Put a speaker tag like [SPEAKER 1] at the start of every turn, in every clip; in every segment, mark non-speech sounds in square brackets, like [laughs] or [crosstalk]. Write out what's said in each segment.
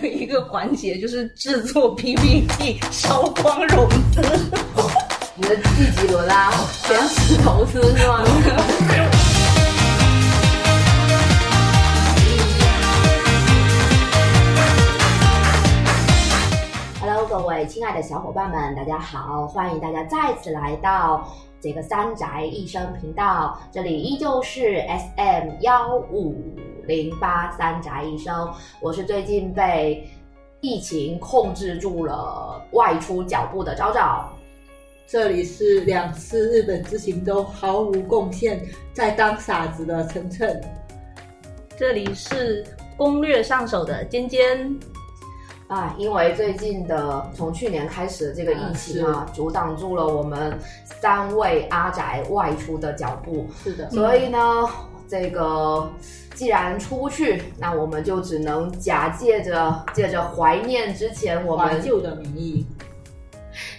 [SPEAKER 1] 的一个环节就是制作 PPT 烧光融资，
[SPEAKER 2] 你的第几轮啦？全职投资是吗？Hello，各位亲爱的小伙伴们，大家好！欢迎大家再次来到这个三宅一生频道，这里依旧是 SM 幺五零八三宅一生，我是最近被疫情控制住了外出脚步的昭昭。
[SPEAKER 3] 这里是两次日本之行都毫无贡献，在当傻子的晨晨。
[SPEAKER 1] 这里是攻略上手的尖尖，
[SPEAKER 2] 啊，因为最近的从去年开始的这个疫情啊，阻挡住了我们三位阿宅外出的脚步，
[SPEAKER 3] 是的，
[SPEAKER 2] 所以呢，这个既然出不去，那我们就只能假借着借着怀念之前我
[SPEAKER 3] 怀
[SPEAKER 2] 们
[SPEAKER 3] 旧的名义，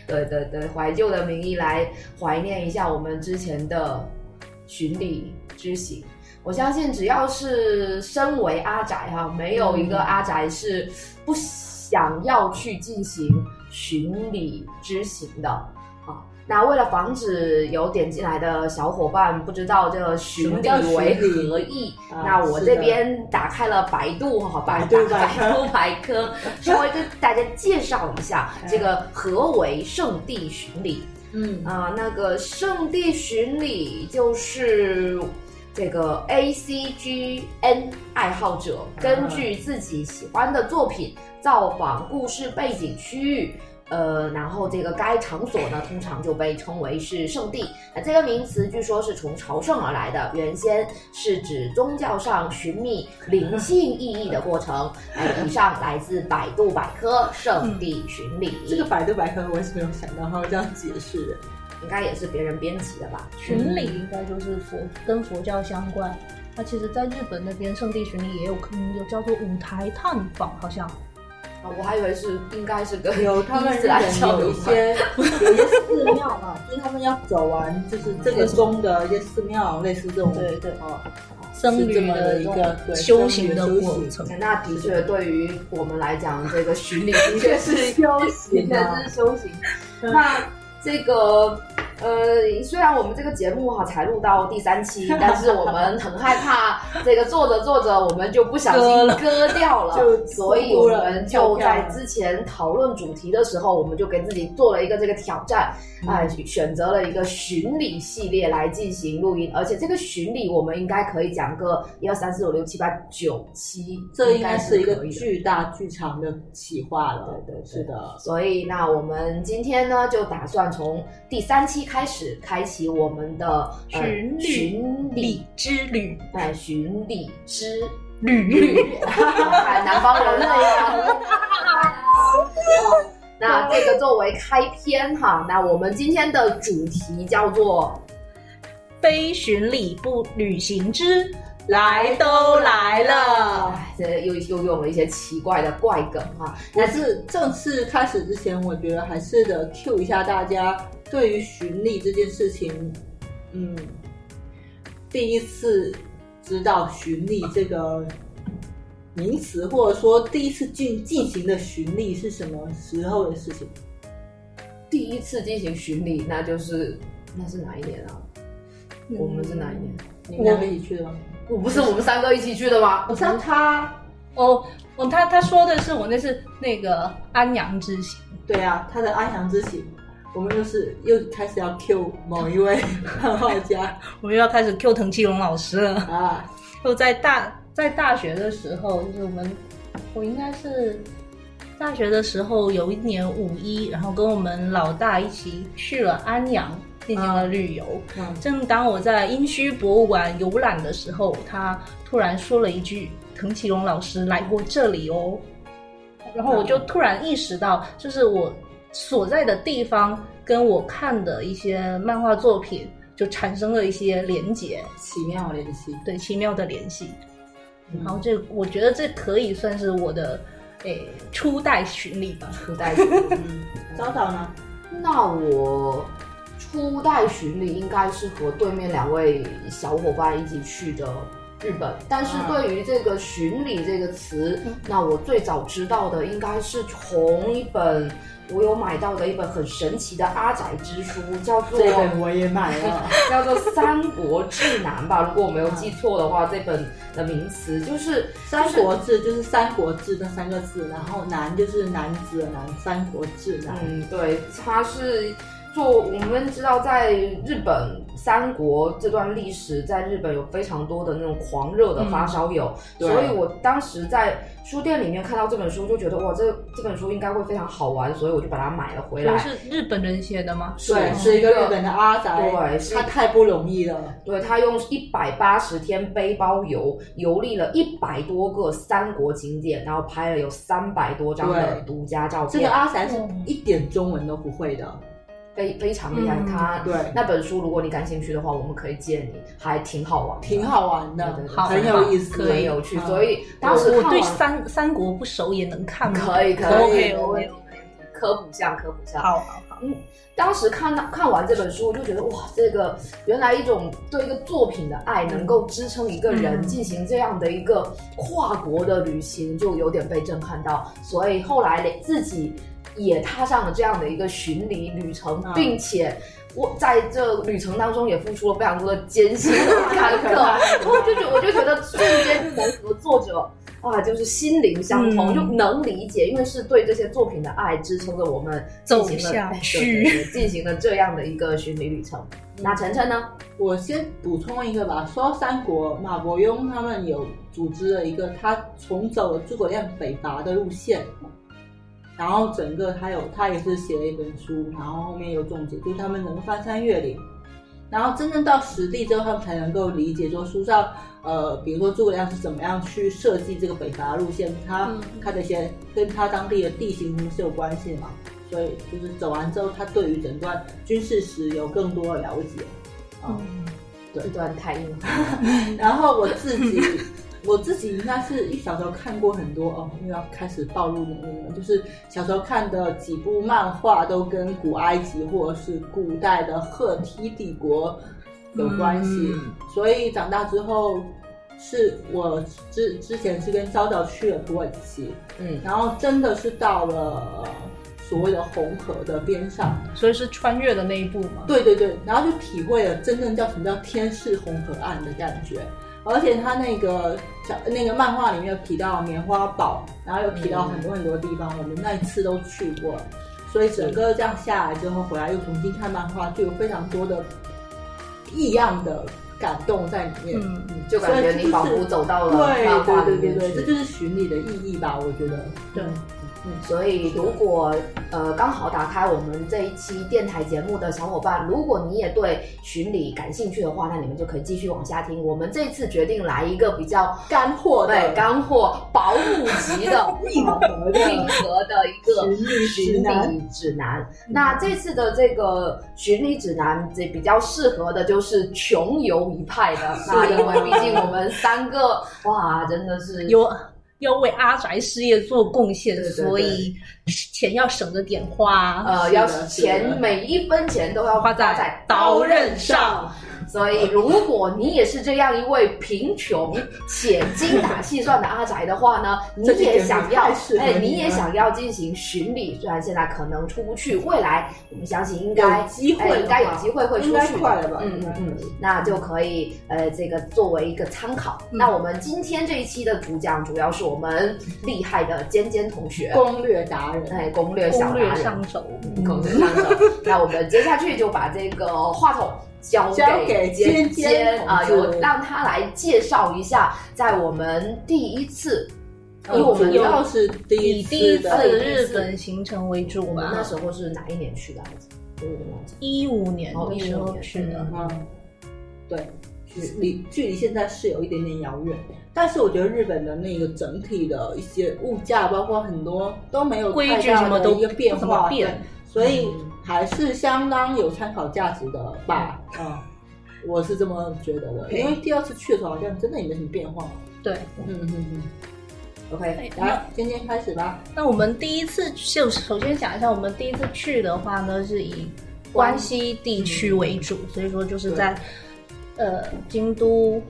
[SPEAKER 2] 对对对怀旧的名义来怀念一下我们之前的巡礼之行。我相信，只要是身为阿宅哈、没有一个阿宅是不想要去进行巡礼之行的啊。那为了防止有点进来的小伙伴不知道这个巡
[SPEAKER 3] 什么叫
[SPEAKER 2] 礼为
[SPEAKER 3] 巡礼
[SPEAKER 2] 何意，
[SPEAKER 3] 啊
[SPEAKER 2] 那我
[SPEAKER 3] 是
[SPEAKER 2] 这
[SPEAKER 3] 的
[SPEAKER 2] 边打开了百度哈，百
[SPEAKER 3] 百度
[SPEAKER 2] 打
[SPEAKER 3] 百
[SPEAKER 2] 开
[SPEAKER 3] 科
[SPEAKER 2] 百度百科，稍微跟大家介绍一下
[SPEAKER 3] 哎
[SPEAKER 2] 这个何为圣地巡礼
[SPEAKER 3] 嗯，
[SPEAKER 2] 啊、那个圣地巡礼就是这个 A C G N 爱好者
[SPEAKER 3] 啊
[SPEAKER 2] 根据自己喜欢的作品造访故事背景区域。呃，然后这个该场所呢，通常就被称为是圣地。那这个名词据说是从朝圣而来的，原先是指宗教上寻觅灵性意义的过程。 [laughs] 哎，以上来自百度百科“圣地巡礼”，
[SPEAKER 3] 嗯这个百度百科我也是没有想到它会这样解释的。
[SPEAKER 2] 应该也是别人编辑的吧？
[SPEAKER 3] 嗯
[SPEAKER 1] 巡礼应该就是佛跟佛教相关。那其实，在日本那边圣地巡礼也有，嗯，有叫做舞台探访，好像
[SPEAKER 2] 啊，我还以为是应该是跟
[SPEAKER 3] 有他们
[SPEAKER 2] 伊
[SPEAKER 3] 日
[SPEAKER 2] 斯兰
[SPEAKER 3] 本
[SPEAKER 2] 教
[SPEAKER 3] 有一
[SPEAKER 2] 关
[SPEAKER 3] 些有一些寺庙嘛， [laughs] 就是他们要走完就是这个宗的一些寺庙，类似这种
[SPEAKER 1] 对对
[SPEAKER 3] 哦，
[SPEAKER 1] 僧
[SPEAKER 3] 是
[SPEAKER 1] 侣
[SPEAKER 3] 这么
[SPEAKER 1] 的
[SPEAKER 3] 一
[SPEAKER 1] 这
[SPEAKER 3] 个
[SPEAKER 1] 种
[SPEAKER 3] 对
[SPEAKER 1] 修行的
[SPEAKER 3] 僧侣的修
[SPEAKER 1] 过
[SPEAKER 3] 行
[SPEAKER 1] 程。
[SPEAKER 2] 那的确，对于我们来讲，这个巡礼的确
[SPEAKER 3] [laughs]
[SPEAKER 2] 是
[SPEAKER 3] 修
[SPEAKER 2] 的
[SPEAKER 3] 行
[SPEAKER 2] 确
[SPEAKER 3] 啊
[SPEAKER 2] 是修行。
[SPEAKER 3] 对
[SPEAKER 2] 那这个呃，虽然我们这个节目哈才录到第三期，但是我们很害怕这个做着做着我们就不小
[SPEAKER 1] 割
[SPEAKER 2] 心
[SPEAKER 1] 了
[SPEAKER 2] 割掉了，
[SPEAKER 3] 就
[SPEAKER 2] 所以
[SPEAKER 3] 哭
[SPEAKER 2] 我
[SPEAKER 3] 了
[SPEAKER 2] 们
[SPEAKER 3] 跳
[SPEAKER 2] 就
[SPEAKER 3] 票
[SPEAKER 2] 在
[SPEAKER 3] 了
[SPEAKER 2] 之前讨论主题的时候，我们就给自己做了一个这个挑战，哎、选择了一个巡礼系列来进行录音，而且这个巡礼我们应该可以讲个一二三四五六七八九期，
[SPEAKER 3] 这应该是一
[SPEAKER 2] 可
[SPEAKER 3] 个
[SPEAKER 2] 以的
[SPEAKER 3] 巨大巨长的企划了。
[SPEAKER 2] 对对对
[SPEAKER 3] 是的，
[SPEAKER 2] 所以，那我们今天呢，就打算从第三期开始，开启我们的呃
[SPEAKER 1] 巡礼
[SPEAKER 2] 巡
[SPEAKER 1] 礼
[SPEAKER 2] 礼，
[SPEAKER 1] 之旅，
[SPEAKER 2] 哎，巡礼之
[SPEAKER 1] [laughs] 旅
[SPEAKER 2] 旅，哎南方人了呀。哦那这个作为开篇哈，那我们今天的主题叫做
[SPEAKER 1] 非巡礼不旅行之
[SPEAKER 3] 来都来了。
[SPEAKER 2] 哎，这又又用了一些奇怪的怪梗啊哈。
[SPEAKER 3] 但是正式开始之前，我觉得还是得 Q 一下大家对于巡礼这件事情，嗯，第一次知道巡礼这个名词，或者说第一次进进行的巡礼是什么时候的事情？
[SPEAKER 2] 第一次进行巡礼，那就是那是哪一年啊？我们是哪一年？
[SPEAKER 3] 你们两个一起去的吗？
[SPEAKER 2] 我不是我们三个一起去的吗？
[SPEAKER 3] 我像他，
[SPEAKER 1] 哦，我他他说的是我那是那个安阳之行，
[SPEAKER 3] 对啊，他的安阳之行，我们又是又开始要 Q 某一位 [laughs] 漫画家
[SPEAKER 1] 我又要开始 Q 藤七龙老师了。
[SPEAKER 3] 啊，
[SPEAKER 1] 就在大在大学的时候，就是我们我应该是大学的时候有一年五一，然后跟我们老大一起去了安阳进行了旅游。
[SPEAKER 3] 嗯，
[SPEAKER 1] 正当我在殷墟博物馆游览的时候，他突然说了一句：“藤崎龙老师来过这里哦。”然后我就突然意识到，就是我所在的地方跟我看的一些漫画作品就产生了一些连结，
[SPEAKER 3] 奇妙联系，
[SPEAKER 1] 对奇妙的联系。
[SPEAKER 3] 嗯
[SPEAKER 1] 然后这我觉得这可以算是我的诶初代巡礼吧。
[SPEAKER 2] 初代巡礼。
[SPEAKER 3] 嗯，早早呢？
[SPEAKER 2] [laughs] 那我初代巡礼应该是和对面两位小伙伴一起去的日本，但是对于这个“巡礼”这个词，那我最早知道的应该是从一本我有买到的一本很神奇的阿宅之书，叫做
[SPEAKER 3] 这本我也买了，
[SPEAKER 2] [laughs] 叫做《三国志南》吧，如果我没有记错的话，这本的名词就是
[SPEAKER 3] 《三国志》就是《三国志》那三个字，然后男就是男子的男，《三国志男》
[SPEAKER 2] 嗯，对，它是做我们知道，在日本三国这段历史，在日本有非常多的那种狂热的发烧友，
[SPEAKER 3] 嗯对
[SPEAKER 2] 所以我当时在书店里面看到这本书，就觉得哇，这这本书应该会非常好玩，所以我就把它买了回来。
[SPEAKER 1] 是日本人写的吗？
[SPEAKER 3] 对，
[SPEAKER 2] 是
[SPEAKER 3] 是一个日本的阿宅，
[SPEAKER 2] 对是
[SPEAKER 3] 他太不容易了。
[SPEAKER 2] 对他用一百八十天背包游游历了一百多个三国景点，然后拍了有三百多张的
[SPEAKER 3] 对
[SPEAKER 2] 独家照
[SPEAKER 3] 这
[SPEAKER 2] 片，
[SPEAKER 1] 啊
[SPEAKER 3] 个阿宅是
[SPEAKER 2] 嗯
[SPEAKER 3] 一点中文都不会的，
[SPEAKER 2] 非非常厉害。
[SPEAKER 1] 嗯
[SPEAKER 2] 他
[SPEAKER 3] 对
[SPEAKER 2] 那本书，如果你感兴趣的话，我们可以借你，还挺好玩的，
[SPEAKER 3] 挺好玩
[SPEAKER 2] 对
[SPEAKER 3] 的，
[SPEAKER 2] 对对
[SPEAKER 3] 很有意思，
[SPEAKER 1] 可以啊
[SPEAKER 2] 很有趣。
[SPEAKER 3] 嗯
[SPEAKER 2] 所以当时
[SPEAKER 1] 我
[SPEAKER 2] 看
[SPEAKER 1] 对
[SPEAKER 2] 完
[SPEAKER 1] 三三国不熟也能看吗？
[SPEAKER 2] 可以可以
[SPEAKER 1] ，OK
[SPEAKER 2] 没问
[SPEAKER 1] OK，
[SPEAKER 2] 题科普项科普项，
[SPEAKER 1] 好好好，
[SPEAKER 2] 当时看到看完这本书，我就觉得哇，这个原来一种对一个作品的爱，能够支撑一个人
[SPEAKER 1] 嗯
[SPEAKER 2] 进行这样的一个跨国的旅行，就有点被震撼到。所以后来连自己也踏上了这样的一个巡礼旅程，
[SPEAKER 3] 嗯
[SPEAKER 2] 并且我在这旅程当中也付出了非常多的艰辛和
[SPEAKER 1] [laughs]
[SPEAKER 2] 坎坷。我就觉我就觉得瞬间能和作者。啊，就是心灵相通，
[SPEAKER 1] 嗯
[SPEAKER 2] 就能理解，因为是对这些作品的爱支撑着我们
[SPEAKER 1] 走
[SPEAKER 2] 进行了
[SPEAKER 1] 下
[SPEAKER 2] 对
[SPEAKER 1] 去
[SPEAKER 2] 对对进行了这样的一个巡礼旅程。
[SPEAKER 3] 嗯
[SPEAKER 2] 那晨晨呢？
[SPEAKER 3] 我先补充一个吧，说三国马伯庸他们有组织了一个，他重走了诸葛亮北伐的路线，然后整个他有他也是写了一本书，然后后面有总结，就是他们能翻山越岭，然后真正到实地之后，他们才能够理解说书上呃，比如说诸葛亮是怎么样去设计这个北伐路线，他、
[SPEAKER 1] 嗯
[SPEAKER 3] 他的一些跟他当地的地形什么是有关系的嘛，所以就是走完之后，他对于整段军事史有更多的了解。啊。
[SPEAKER 1] 嗯
[SPEAKER 3] 对
[SPEAKER 2] 这段太硬了，
[SPEAKER 3] 然后我自己， [laughs] 我自己应该是一小时候看过很多哦，又要开始暴露年龄了。就是小时候看的几部漫画都跟古埃及或者是古代的赫梯帝国有关系，
[SPEAKER 1] 嗯
[SPEAKER 3] 所以长大之后。是我之之前是跟昭昭去了土耳其，
[SPEAKER 2] 嗯，
[SPEAKER 3] 然后真的是到了呃所谓的红河的边上，
[SPEAKER 1] 所以是穿越的那一部吗？
[SPEAKER 3] 对对对，然后就体会了真正叫什么叫天是红河岸的感觉。而且他那个小呃那个漫画里面有提到棉花堡，然后有提到很多很多地方，我们那一次都去过了，所以整个这样下来之后，回来又重新看漫画，就有非常多的异样的感动在里面。
[SPEAKER 1] 嗯
[SPEAKER 3] 嗯
[SPEAKER 2] 就感觉你仿佛走到了漫画里
[SPEAKER 3] 对对
[SPEAKER 2] 面
[SPEAKER 3] 对
[SPEAKER 2] 去。
[SPEAKER 3] 对对，这
[SPEAKER 2] 嗯
[SPEAKER 3] 就是巡礼的意义吧？我觉得。
[SPEAKER 1] 对
[SPEAKER 2] 所以，如果呃刚好打开我们这一期电台节目的小伙伴，如果你也对巡礼感兴趣的话，那你们就可以继续往下听。我们这次决定来一个比较
[SPEAKER 3] 干货的
[SPEAKER 2] 对干货、保姆级
[SPEAKER 3] [laughs]
[SPEAKER 2] 的
[SPEAKER 3] 硬核的
[SPEAKER 2] 硬核的一个
[SPEAKER 3] 巡礼
[SPEAKER 2] 巡
[SPEAKER 3] 指南
[SPEAKER 2] 礼指南。那这次的这个巡礼指南，这比较适合的就是穷游一派的。那因为毕竟我们三个，哇，真的是
[SPEAKER 1] 有要为阿宅事业做贡献，
[SPEAKER 2] 对对对
[SPEAKER 1] 所以钱要省着点花。
[SPEAKER 2] 呃，
[SPEAKER 3] 是的
[SPEAKER 2] 要
[SPEAKER 3] 是的
[SPEAKER 2] 钱每一分钱都要
[SPEAKER 1] 花在
[SPEAKER 2] 在
[SPEAKER 1] 刀刃
[SPEAKER 2] 上。所以，如果你也是这样一位贫穷且精打细算的阿宅的话呢，你
[SPEAKER 3] 这
[SPEAKER 2] 也
[SPEAKER 3] 点
[SPEAKER 2] 想
[SPEAKER 3] 不
[SPEAKER 2] 要
[SPEAKER 3] 太适，合
[SPEAKER 2] 哎，
[SPEAKER 3] 你
[SPEAKER 2] 你也
[SPEAKER 3] 了
[SPEAKER 2] 想要进行巡礼，虽然现在可能出不去，未来我们相信应该
[SPEAKER 3] 有机会
[SPEAKER 2] 哎
[SPEAKER 3] 的话
[SPEAKER 2] 应该有机会会出
[SPEAKER 3] 应该
[SPEAKER 2] 去的，
[SPEAKER 3] 快了吧？
[SPEAKER 2] 嗯嗯嗯，那就可以呃，这个作为一个参考。
[SPEAKER 1] 嗯
[SPEAKER 2] 那我们今天这一期的主讲主要是我们厉害的尖尖同学，
[SPEAKER 3] 攻略达人。
[SPEAKER 2] 哎，攻略
[SPEAKER 1] 攻
[SPEAKER 2] 小达
[SPEAKER 1] 略
[SPEAKER 2] 人，
[SPEAKER 1] 上手，
[SPEAKER 2] 嗯攻略上手。那我们接下去就把这个话筒。交
[SPEAKER 3] [laughs] 交给
[SPEAKER 2] 尖
[SPEAKER 3] 尖尖
[SPEAKER 2] 尖啊，
[SPEAKER 3] 同志
[SPEAKER 2] 由让他来介绍一下，在我们第一次，
[SPEAKER 1] 呃
[SPEAKER 2] 因为
[SPEAKER 3] 因为
[SPEAKER 2] 我
[SPEAKER 3] 我
[SPEAKER 2] 们
[SPEAKER 3] 们
[SPEAKER 2] 有
[SPEAKER 3] 呃要是第
[SPEAKER 1] 以
[SPEAKER 3] 一
[SPEAKER 1] 第一
[SPEAKER 3] 次
[SPEAKER 1] 次
[SPEAKER 3] 的
[SPEAKER 2] 的
[SPEAKER 1] 日本行程为主
[SPEAKER 2] 我们那
[SPEAKER 1] 吧。
[SPEAKER 2] 时候是哪一年去的？我有点忘记。
[SPEAKER 1] 一五年
[SPEAKER 2] 哦
[SPEAKER 1] 的时
[SPEAKER 2] 15
[SPEAKER 1] 候
[SPEAKER 2] 年
[SPEAKER 1] 去的，
[SPEAKER 3] 嗯，对，距离距离现在是有一点点遥远，但是我觉得日本的那个整体的一些物价，包括很多都没有
[SPEAKER 1] 规
[SPEAKER 3] 太
[SPEAKER 1] 矩
[SPEAKER 3] 大
[SPEAKER 1] 什么
[SPEAKER 3] 的
[SPEAKER 1] 都
[SPEAKER 3] 一个
[SPEAKER 1] 不
[SPEAKER 3] 变
[SPEAKER 1] 怎么
[SPEAKER 3] 化，
[SPEAKER 1] 变嗯
[SPEAKER 3] 对所以还是相当有参考价值的吧，嗯。我是这么觉得的，因为第二次去的时候好像真的也没什么变化。
[SPEAKER 1] 对。
[SPEAKER 3] 嗯嗯嗯，
[SPEAKER 2] OK，
[SPEAKER 1] 那
[SPEAKER 3] 来，今天开始吧。
[SPEAKER 1] 那我们第一次就首先讲一下，我们第一次去的话呢，是以关
[SPEAKER 3] 嗯
[SPEAKER 1] 西地区为主，所以说就是在呃京都、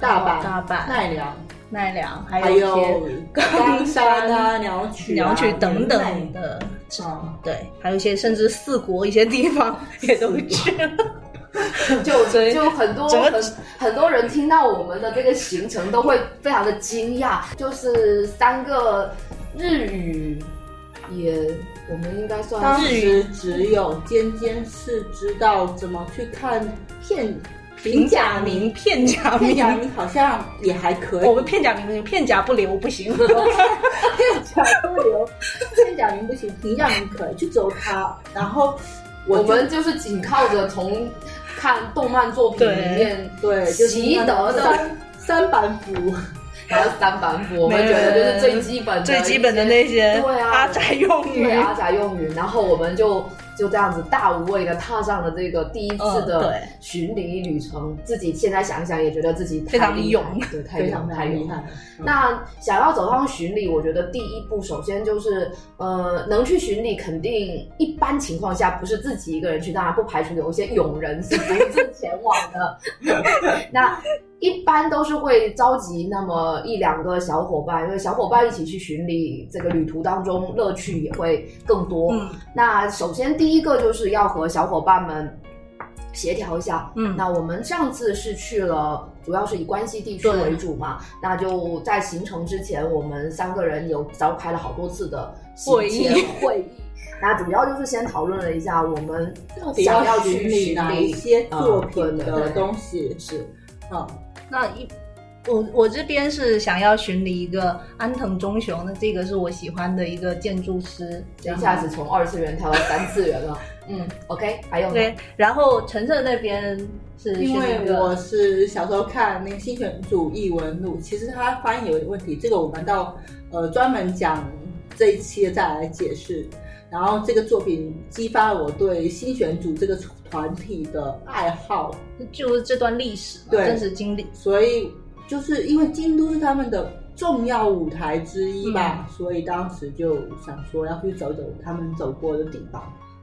[SPEAKER 3] 大阪、
[SPEAKER 1] 大阪
[SPEAKER 3] 奈良，
[SPEAKER 1] 奈良，
[SPEAKER 3] 还
[SPEAKER 1] 还有一
[SPEAKER 3] 有
[SPEAKER 1] 些
[SPEAKER 3] 冈山啊、鸟取、
[SPEAKER 1] 鸟取等
[SPEAKER 3] 园
[SPEAKER 1] 等
[SPEAKER 3] 内
[SPEAKER 1] 的，
[SPEAKER 3] 啊，
[SPEAKER 1] 对，还有一些甚至四国一些地方 [laughs] 也都去了。 [laughs]
[SPEAKER 2] 就
[SPEAKER 1] 所以
[SPEAKER 2] 就很多
[SPEAKER 1] 整个
[SPEAKER 2] 很很多人听到我们的这个行程都会非常的惊讶，就是三个日语也我们应该算
[SPEAKER 3] 当
[SPEAKER 2] 是
[SPEAKER 3] 时只有尖尖是知道怎么去看片
[SPEAKER 1] 平假名、片假
[SPEAKER 3] 片假
[SPEAKER 1] 名，
[SPEAKER 3] 名好像也还可以。
[SPEAKER 1] 我们片假名不行，片假不留不
[SPEAKER 3] [laughs]
[SPEAKER 1] 行。
[SPEAKER 3] 啊片假不留，片假名不行，平假名可以去走它。然后
[SPEAKER 2] 我
[SPEAKER 3] 我就
[SPEAKER 2] 们就是仅靠着从看动漫作品里面，
[SPEAKER 3] 对就是
[SPEAKER 2] 习得的
[SPEAKER 3] 三三板斧，
[SPEAKER 2] 然后三板斧，我们
[SPEAKER 1] 没
[SPEAKER 2] 觉
[SPEAKER 1] 有
[SPEAKER 2] 得就是最基本的
[SPEAKER 1] 最基本的那些
[SPEAKER 2] 对啊
[SPEAKER 1] 阿宅用语
[SPEAKER 2] 对，
[SPEAKER 3] 啊
[SPEAKER 2] 阿宅用语，然后我们就就这样子大无畏的踏上了这个第一次
[SPEAKER 1] 嗯
[SPEAKER 2] 的
[SPEAKER 1] 对
[SPEAKER 2] 巡礼旅程。自己现在想想也觉得自己太
[SPEAKER 1] 非常
[SPEAKER 2] 厉害
[SPEAKER 1] 勇，
[SPEAKER 2] 对，太
[SPEAKER 3] [laughs] 非
[SPEAKER 2] 勇，
[SPEAKER 3] 常
[SPEAKER 2] 太
[SPEAKER 3] 厉
[SPEAKER 2] 勇。
[SPEAKER 3] 害。
[SPEAKER 2] 那想要走上巡礼，我觉得第一步首先就是，呃，能去巡礼，肯定一般情况下不是自己一个人去，当然不排除有一些勇人是独自前往的。那一般都是会召集那么一两个小伙伴，因为小伙伴一起去巡礼，这个旅途当中乐趣也会更多。
[SPEAKER 1] 嗯
[SPEAKER 2] 那首先第一个就是要和小伙伴们协调一下，
[SPEAKER 1] 嗯，
[SPEAKER 2] 那我们上次是去了，主要是以关西地区
[SPEAKER 1] 对
[SPEAKER 2] 为主嘛。那就在行程之前，我们三个人有召开了好多次的行
[SPEAKER 1] 会议
[SPEAKER 2] 前会议。那主要就是先讨论了一下我们
[SPEAKER 3] 到底
[SPEAKER 2] 想要去
[SPEAKER 3] 寻
[SPEAKER 2] 寻
[SPEAKER 3] 哪
[SPEAKER 2] 觅
[SPEAKER 3] 一些作
[SPEAKER 2] 嗯
[SPEAKER 3] 品
[SPEAKER 2] 对对
[SPEAKER 3] 的
[SPEAKER 2] 对
[SPEAKER 3] 东西？是，嗯，
[SPEAKER 1] 那一我我这边是想要寻觅一个安藤忠雄，那这个是我喜欢的一个建筑师，这
[SPEAKER 2] 一
[SPEAKER 1] 样
[SPEAKER 2] 下子从二次元跳到三次元了。嗯，OK，还有呢
[SPEAKER 1] 对，然后橙色那边是
[SPEAKER 3] 因
[SPEAKER 1] 寻一
[SPEAKER 3] 为
[SPEAKER 1] 个
[SPEAKER 3] 我是小时候看那个新选主义文录，其实它翻译有点问题，这个我们到呃专门讲这一期的再来解释。然后这个作品激发我对新选组这个团体的爱好，
[SPEAKER 1] 就是这段历史嘛，
[SPEAKER 3] 对
[SPEAKER 1] 真实经历，
[SPEAKER 3] 所以就是因为京都是他们的重要舞台之一吧，所以当时就想说要去走走他们走过的地方。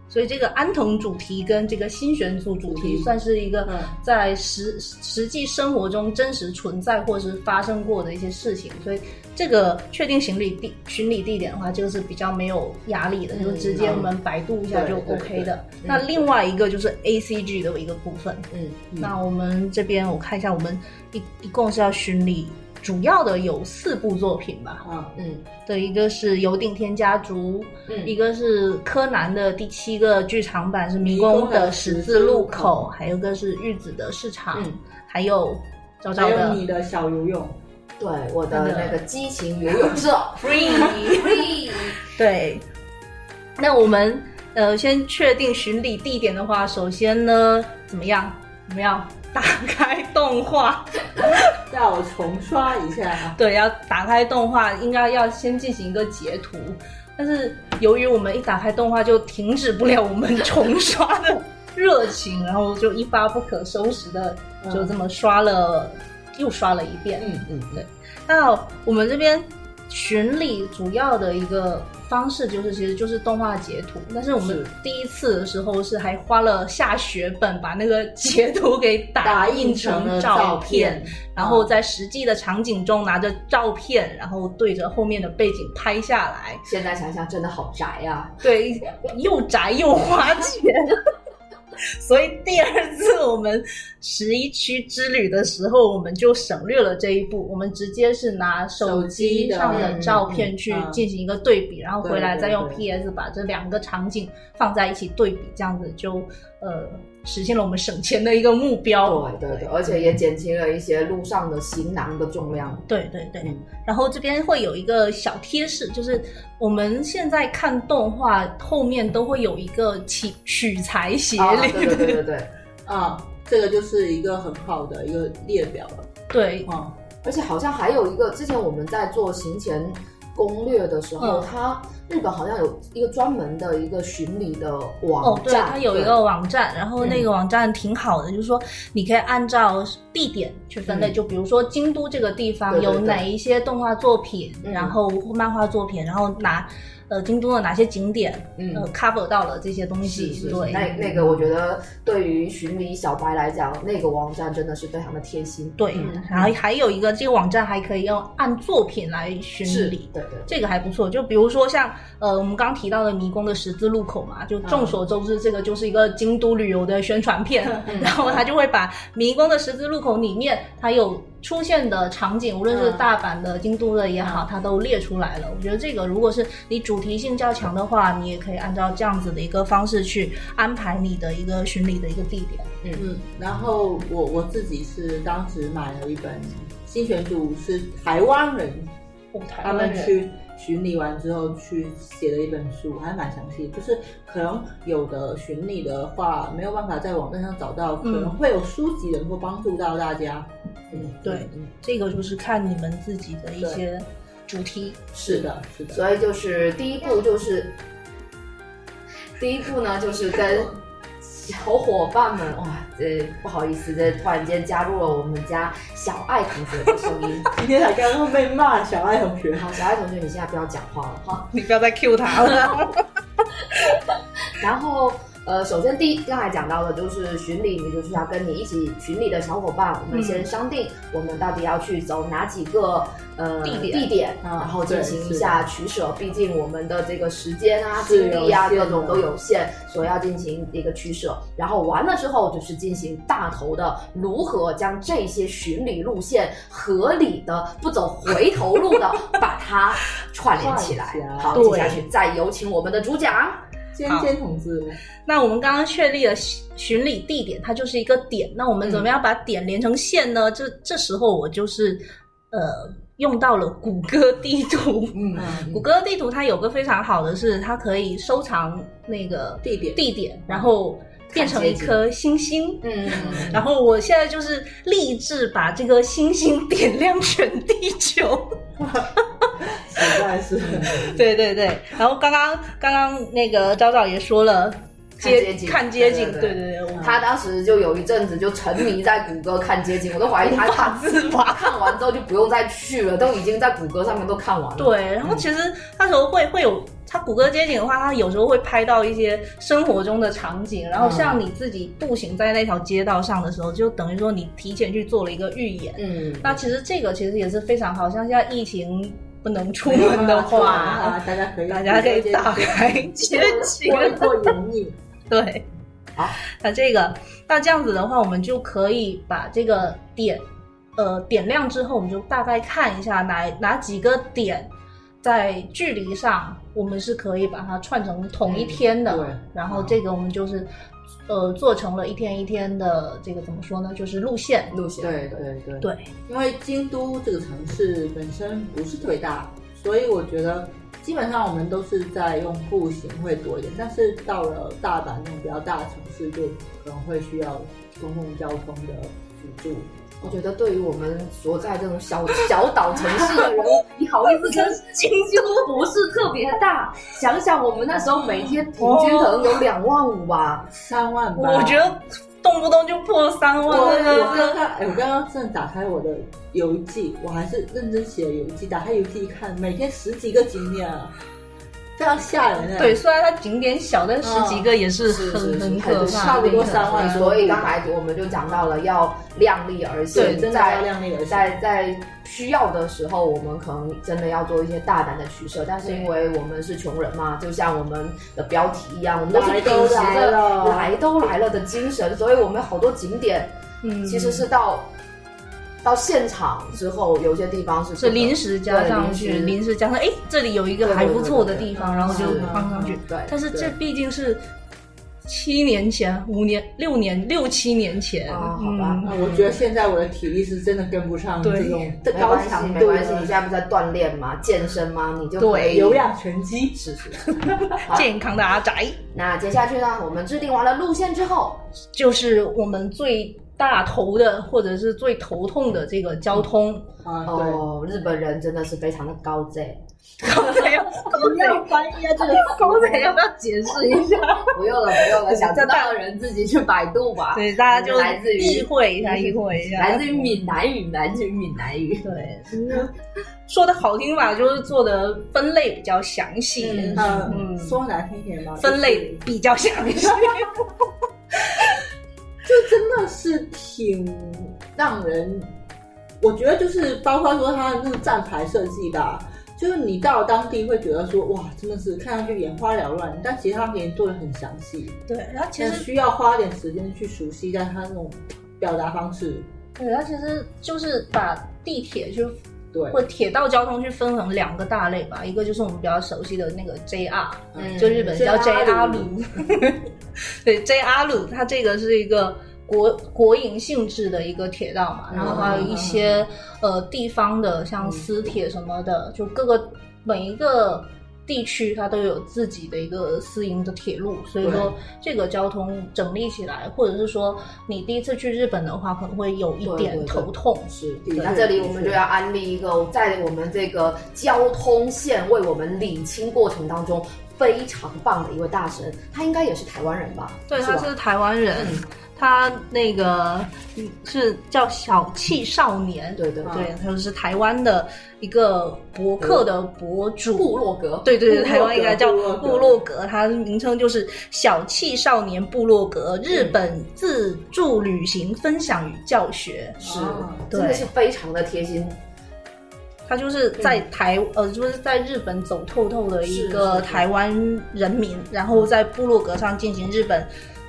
[SPEAKER 1] 所以这个安藤主题跟这个新选组主
[SPEAKER 3] 主
[SPEAKER 1] 题
[SPEAKER 3] 题
[SPEAKER 1] 算是一
[SPEAKER 3] 嗯
[SPEAKER 1] 个在实实际生活中真实存在或是发生过的一些事情，所以这个确定巡礼地巡礼地点的话，这个是比较没有压力的，
[SPEAKER 2] 嗯
[SPEAKER 1] 就直接我们百度一下
[SPEAKER 3] 对
[SPEAKER 1] 就
[SPEAKER 3] 对
[SPEAKER 1] OK 的。
[SPEAKER 2] 对
[SPEAKER 1] 那另外一个就是 A C G 的一个部分，
[SPEAKER 2] 嗯，
[SPEAKER 3] 嗯
[SPEAKER 1] 那我们这边我看一下，我们一一共是要巡礼，主要的有四部作品吧。
[SPEAKER 3] 啊，
[SPEAKER 2] 嗯
[SPEAKER 1] 对，一个是《油顶天家族》，
[SPEAKER 2] 嗯
[SPEAKER 1] 一个是柯南的第七个剧场版是《迷
[SPEAKER 3] 迷
[SPEAKER 1] 宫
[SPEAKER 3] 宫的
[SPEAKER 1] 的十
[SPEAKER 3] 十
[SPEAKER 1] 字
[SPEAKER 3] 字
[SPEAKER 1] 路
[SPEAKER 3] 路
[SPEAKER 1] 口》，
[SPEAKER 3] 口
[SPEAKER 1] 还有一个是玉子的市场，
[SPEAKER 2] 嗯，
[SPEAKER 1] 还有昭昭
[SPEAKER 3] 还有
[SPEAKER 1] 的
[SPEAKER 3] 你的小游泳，
[SPEAKER 2] 对，我的
[SPEAKER 1] 真的
[SPEAKER 2] 那个激情游泳社
[SPEAKER 1] Free。
[SPEAKER 2] ，free，
[SPEAKER 1] 对，那我们呃先确定巡礼地点的话，首先呢怎么样？怎么样？ [laughs] 打开动画，
[SPEAKER 3] 让我重刷一下。
[SPEAKER 1] 对，要打开动画，应该要先进行一个截图。但是由于我们一打开动画就停止不了我们重刷的热情，然后就一发不可收拾的
[SPEAKER 3] 嗯
[SPEAKER 1] 就这么刷了，又刷了一遍。
[SPEAKER 3] 嗯
[SPEAKER 2] 嗯对，
[SPEAKER 1] 那我们这边巡礼主要的一个方式就是，其实就是动画截图。但是我们
[SPEAKER 3] 是
[SPEAKER 1] 第一次的时候是还花了下血本把那个截图给打
[SPEAKER 3] 打印
[SPEAKER 1] 印
[SPEAKER 3] 成
[SPEAKER 1] 成
[SPEAKER 3] 了
[SPEAKER 1] 照
[SPEAKER 3] 照
[SPEAKER 1] 片
[SPEAKER 3] 片，，
[SPEAKER 1] 然后
[SPEAKER 3] 嗯
[SPEAKER 1] 在实际的场景中拿着照片，然后对着后面的背景拍下来，
[SPEAKER 2] 现在想想真的好宅呀、
[SPEAKER 1] 对，又宅又花钱。所以第二次我们十一区之旅的时候，我们就省略了这一步，我们直接是拿手机上的照片去
[SPEAKER 3] 嗯嗯嗯
[SPEAKER 1] 进行一个对比，然后回来
[SPEAKER 3] 对对
[SPEAKER 1] 再用
[SPEAKER 3] 对
[SPEAKER 1] PS 把这两个场景放在一起对比，这样子就呃实现了我们省钱的一个目标。
[SPEAKER 2] 对对对，而且也减轻了一些路上的行囊的重量。
[SPEAKER 1] 对对对，
[SPEAKER 2] 嗯
[SPEAKER 1] 然后这边会有一个小贴士，就是我们现在看动画后面都会有一个取取材协
[SPEAKER 2] 啊，
[SPEAKER 1] 力，
[SPEAKER 2] 对对对对对，
[SPEAKER 3] 啊、这个就是一个很好的一个列表了。
[SPEAKER 1] [laughs] 对
[SPEAKER 3] 嗯，
[SPEAKER 2] 而且好像还有一个，之前我们在做行前攻略的时候，
[SPEAKER 1] 嗯
[SPEAKER 2] 它日本好像有一个专门的一个巡礼的
[SPEAKER 1] 哦
[SPEAKER 2] 网，
[SPEAKER 1] 对，
[SPEAKER 2] 站，
[SPEAKER 1] 它有一个网站，然后那个网站挺好的，就是说你可以按照地点去分类，
[SPEAKER 2] 嗯
[SPEAKER 1] 就比如说京都这个地
[SPEAKER 2] 对
[SPEAKER 1] 方
[SPEAKER 2] 对
[SPEAKER 1] 有
[SPEAKER 2] 对
[SPEAKER 1] 哪一些动画作品，
[SPEAKER 2] 嗯
[SPEAKER 1] 然后漫画作品，然后哪呃京都的哪些景点、
[SPEAKER 2] 对嗯
[SPEAKER 1] 呃 cover 到了这些东
[SPEAKER 2] 是
[SPEAKER 1] 西，
[SPEAKER 2] 是，
[SPEAKER 1] 对，
[SPEAKER 2] 那那个我觉得对于巡礼小白来讲，那个网站真的是非常的贴心。
[SPEAKER 1] 对，
[SPEAKER 2] 嗯
[SPEAKER 1] 然后还有一个这个网站还可以用按作品来巡
[SPEAKER 2] 是，
[SPEAKER 1] 礼。
[SPEAKER 2] 对对，
[SPEAKER 1] 这个还不错，就比如说像呃，我们刚提到的迷宫的十字路口嘛，
[SPEAKER 2] 嗯
[SPEAKER 1] 就众所周知，这个就是一个京都旅游的宣传片，
[SPEAKER 2] 嗯
[SPEAKER 1] [laughs] 然后他就会把迷宫的十字路口里面它有出现的场景，无论是
[SPEAKER 3] 嗯
[SPEAKER 1] 大阪的、京都的也好，
[SPEAKER 2] 嗯
[SPEAKER 1] 它都列出来了。我觉得这个如果是你主题性较强的话，你也可以按照这样子的一个方式去安排你的一个巡礼的一个地点。
[SPEAKER 3] 嗯，然后我我自己是当时买了一本新选组是台湾人，他们去巡礼完之后去写了一本书，还蛮详细。就是可能有的巡礼的话没有办法在网站上找到，可
[SPEAKER 1] 嗯
[SPEAKER 3] 能会有书籍能够帮助到大家。嗯，
[SPEAKER 1] 对
[SPEAKER 3] 嗯，
[SPEAKER 1] 这个就是看你们自己的一些主题。
[SPEAKER 3] 是的，是的。
[SPEAKER 2] 所以就是第一步就是，第一步呢就是跟小伙伴们，哇，这不好意思，这突然间加入了我们家小爱同学的声音。
[SPEAKER 3] 今天才刚刚被骂小爱同学，
[SPEAKER 2] 好，小爱同学，你现在不要讲话了哈。
[SPEAKER 1] [laughs] 你不要再 Q 他了。 [laughs]
[SPEAKER 2] 然后呃，首先第一刚才讲到的就是巡礼，你就是要跟你一起巡礼的小伙伴，我
[SPEAKER 1] 嗯
[SPEAKER 2] 们先商定我们到底要去走哪几个呃
[SPEAKER 1] 地点
[SPEAKER 3] 啊
[SPEAKER 2] 然后进
[SPEAKER 3] 对
[SPEAKER 2] 行一
[SPEAKER 3] 是
[SPEAKER 2] 下取舍。毕竟我们的这个时间啊、
[SPEAKER 3] 是
[SPEAKER 2] 精力啊
[SPEAKER 3] 有限
[SPEAKER 2] 各
[SPEAKER 3] 的
[SPEAKER 2] 种都有限，所以要进行一个取舍。然后完了之后，就是进行大头的如何将这些巡礼路线合理的不走回头路的把它串联起来
[SPEAKER 3] 串起来。
[SPEAKER 2] 好，
[SPEAKER 1] 对
[SPEAKER 2] 接下去再有请我们的主讲。
[SPEAKER 3] 尖尖同志，
[SPEAKER 1] 那我们刚刚确立了巡巡礼地点，它就是一个点。那我们怎么样把点连成线呢？这这时候我就是呃用到了谷歌地图。
[SPEAKER 2] 嗯
[SPEAKER 1] [laughs]
[SPEAKER 3] 嗯
[SPEAKER 1] 谷歌地图它有个非常好的是，它可以收藏那个
[SPEAKER 3] 地点
[SPEAKER 1] 地点，然后变成一颗星星。
[SPEAKER 2] 嗯，
[SPEAKER 1] 然后我现在就是立志把这个星星点亮全地球。
[SPEAKER 3] 实在是，
[SPEAKER 1] 对对对，然后刚刚刚刚那个昭昭也说了，
[SPEAKER 2] 看街景
[SPEAKER 1] 看街景，
[SPEAKER 2] 对
[SPEAKER 1] 对
[SPEAKER 2] 对
[SPEAKER 1] 对
[SPEAKER 2] 对
[SPEAKER 1] 对，我
[SPEAKER 2] 他当时就有一阵子就沉迷在谷歌看街景，我都怀疑他看
[SPEAKER 1] 自拔
[SPEAKER 2] 看完之后就不用再去了，都已经在谷歌上面都看完了。，
[SPEAKER 1] 对，然后其实那时候会会有，它谷歌街景的话，它有时候会拍到一些生活中的场景，
[SPEAKER 2] 嗯
[SPEAKER 1] 然后像你自己步行在那条街道上的时候，就等于说你提前去做了一个预演。
[SPEAKER 2] 嗯，
[SPEAKER 1] 那其实这个其实也是非常好，像现在疫情不能
[SPEAKER 3] [laughs]
[SPEAKER 1] 出门的
[SPEAKER 2] [laughs]
[SPEAKER 1] 话，
[SPEAKER 3] 啊，大家可以
[SPEAKER 1] 大家可以打开街景。
[SPEAKER 3] 过一过眼
[SPEAKER 1] [laughs]
[SPEAKER 3] 瘾。
[SPEAKER 1] 对，
[SPEAKER 2] 好，
[SPEAKER 1] 那这个，那这样子的话，我们就可以把这个点，呃，点亮之后，我们就大概看一下哪哪几个点，在距离上，我们是可以把它串成同一天的。
[SPEAKER 3] 嗯对
[SPEAKER 1] 然后这个我们就是，呃，做成了一天一天的这个怎么说呢？就是路线。
[SPEAKER 2] 路线
[SPEAKER 3] 对对对
[SPEAKER 1] 对，
[SPEAKER 3] 因为京都这个城市本身不是特别大，所以我觉得基本上我们都是在用步行会多一点，但是到了大阪那种比较大的城市，就可能会需要公共交通的辅助。
[SPEAKER 2] 我觉得对于我们所在这种小小岛城市的人，你好意思跟京都不是特别大？想想我们那时候每天平均可能有两万五吧，
[SPEAKER 3] 三万吧，
[SPEAKER 1] 我觉得动不动就破三
[SPEAKER 3] 我
[SPEAKER 1] 万
[SPEAKER 3] 我
[SPEAKER 1] 了。
[SPEAKER 3] 刚刚哎，我刚刚正打开我的游记，我还是认真写游记，打开游记一看，每天十几个景点啊，非常吓人哎。
[SPEAKER 1] 对，，虽然它景点小，但十几个也是
[SPEAKER 2] 是
[SPEAKER 1] 很
[SPEAKER 2] 是
[SPEAKER 1] 很
[SPEAKER 2] 是
[SPEAKER 1] 可怕
[SPEAKER 2] 很
[SPEAKER 3] 差
[SPEAKER 1] 的。
[SPEAKER 3] 不多三万多
[SPEAKER 2] 嗯所以刚才我们就讲到了要量力而行，
[SPEAKER 3] 对，真的
[SPEAKER 2] 在
[SPEAKER 3] 要量力而行。
[SPEAKER 2] 在在需要的时候，我们可能真的要做一些大胆的取舍，但是因为我们是穷人嘛，就像我们的标题一样，我们都是秉持
[SPEAKER 3] 来都来
[SPEAKER 2] 着
[SPEAKER 3] 了
[SPEAKER 2] 来都来了的精神，所以我们好多景点
[SPEAKER 1] 嗯，
[SPEAKER 2] 其实是到、到现场之后，有些地方是
[SPEAKER 1] 是临
[SPEAKER 2] 时
[SPEAKER 1] 时加上去，
[SPEAKER 2] 对临时
[SPEAKER 1] 临时加上，哎，这里有一个还不错的嗯地方，然后就是放上去。
[SPEAKER 2] 对。
[SPEAKER 1] 但是这毕竟是七年前、五年、六年、六七年前，
[SPEAKER 2] 啊好吧
[SPEAKER 1] 嗯
[SPEAKER 3] 啊，我觉得现在我的体力是真的跟不上
[SPEAKER 1] 对
[SPEAKER 3] 这种这
[SPEAKER 2] 没
[SPEAKER 3] 高
[SPEAKER 2] 关系，
[SPEAKER 3] 强
[SPEAKER 2] 没
[SPEAKER 3] 度
[SPEAKER 2] 关系，你现
[SPEAKER 3] 的
[SPEAKER 2] 在不是在锻炼吗？健身吗？你就可
[SPEAKER 1] 对
[SPEAKER 2] 以
[SPEAKER 3] 有氧拳击。
[SPEAKER 2] 是是是。好
[SPEAKER 1] 健康的阿宅
[SPEAKER 2] 那接下去呢？我们制定完了路线之后，
[SPEAKER 1] 就是我们最大头的，或者是最头痛的 [laughs] 这个交通。
[SPEAKER 3] 啊，对，
[SPEAKER 2] 哦
[SPEAKER 1] [laughs]
[SPEAKER 2] 哦，日本人真的是非常的高 Z，
[SPEAKER 1] 高 Z，
[SPEAKER 3] 不要翻译啊，这个
[SPEAKER 1] 狗仔要不要解释一下？
[SPEAKER 2] 不用了，不用了，想知道的人自己去百度吧。
[SPEAKER 1] [laughs] 对，啊大家就
[SPEAKER 2] 来自于
[SPEAKER 1] 意会一下，意会一下，
[SPEAKER 2] 来自于闽南语，来自于闽南语。
[SPEAKER 1] 对，嗯说的好听吧，就是做的分类比较详细，
[SPEAKER 2] 嗯
[SPEAKER 1] 嗯
[SPEAKER 3] 嗯，说难听点吧，
[SPEAKER 1] 分类比较详细。
[SPEAKER 3] 这真的是挺让人，我觉得就是包括说他的那个站牌设计吧，就是你到当地会觉得说哇，真的是看上去眼花缭乱，但其实他给你做的很详细，
[SPEAKER 1] [laughs] 对，然后其
[SPEAKER 3] 但
[SPEAKER 1] 实
[SPEAKER 3] 需要花点时间去熟悉，但他那种表达方式，
[SPEAKER 1] 对，它其实就是把地铁就
[SPEAKER 3] 对，
[SPEAKER 1] 或铁道交通去分成两个大类吧，一个就是我们比较熟悉的那个 JR，、
[SPEAKER 2] 嗯
[SPEAKER 1] 就日本叫 JR
[SPEAKER 3] JR
[SPEAKER 1] 鲁， [laughs] 对 JR 鲁，它这个是一个国国营性质的一个铁道嘛，然后还有一些、呃地方的像私铁什么的，就各个每一个。地区它都有自己的一个私营的铁路，所以说
[SPEAKER 3] 对
[SPEAKER 1] 这个交通整理起来，或者是说你第一次去日本的话，可能会有一
[SPEAKER 2] 对
[SPEAKER 1] 点
[SPEAKER 2] 对对
[SPEAKER 1] 头痛。
[SPEAKER 2] 是
[SPEAKER 3] 对
[SPEAKER 2] 那这里我们就要安利一个，在我们这个交通线为我们理清过程当中非常棒的一位大神，他应该也是台湾人吧？
[SPEAKER 1] 对，
[SPEAKER 2] 是
[SPEAKER 1] 他
[SPEAKER 2] 吧
[SPEAKER 1] 是台湾人，他那个嗯是叫小气少年，
[SPEAKER 2] 对对对，
[SPEAKER 1] 对，他就是台湾的一个博客的博主。
[SPEAKER 2] 部落格，
[SPEAKER 1] 对对对，
[SPEAKER 3] 部落格
[SPEAKER 1] 台湾应该叫
[SPEAKER 3] 部落格
[SPEAKER 1] 部落格，它名称就是小气少年部落
[SPEAKER 2] 嗯
[SPEAKER 1] 格，日本自助旅行分享与教学。
[SPEAKER 2] 是
[SPEAKER 3] 啊
[SPEAKER 2] 真
[SPEAKER 1] 对
[SPEAKER 2] 的是非常的贴心。
[SPEAKER 1] 他就是在台、呃，就是在日本走透透的一
[SPEAKER 2] 嗯是
[SPEAKER 1] 个
[SPEAKER 2] 是是
[SPEAKER 1] 台湾人民，然后在部落格上进行日本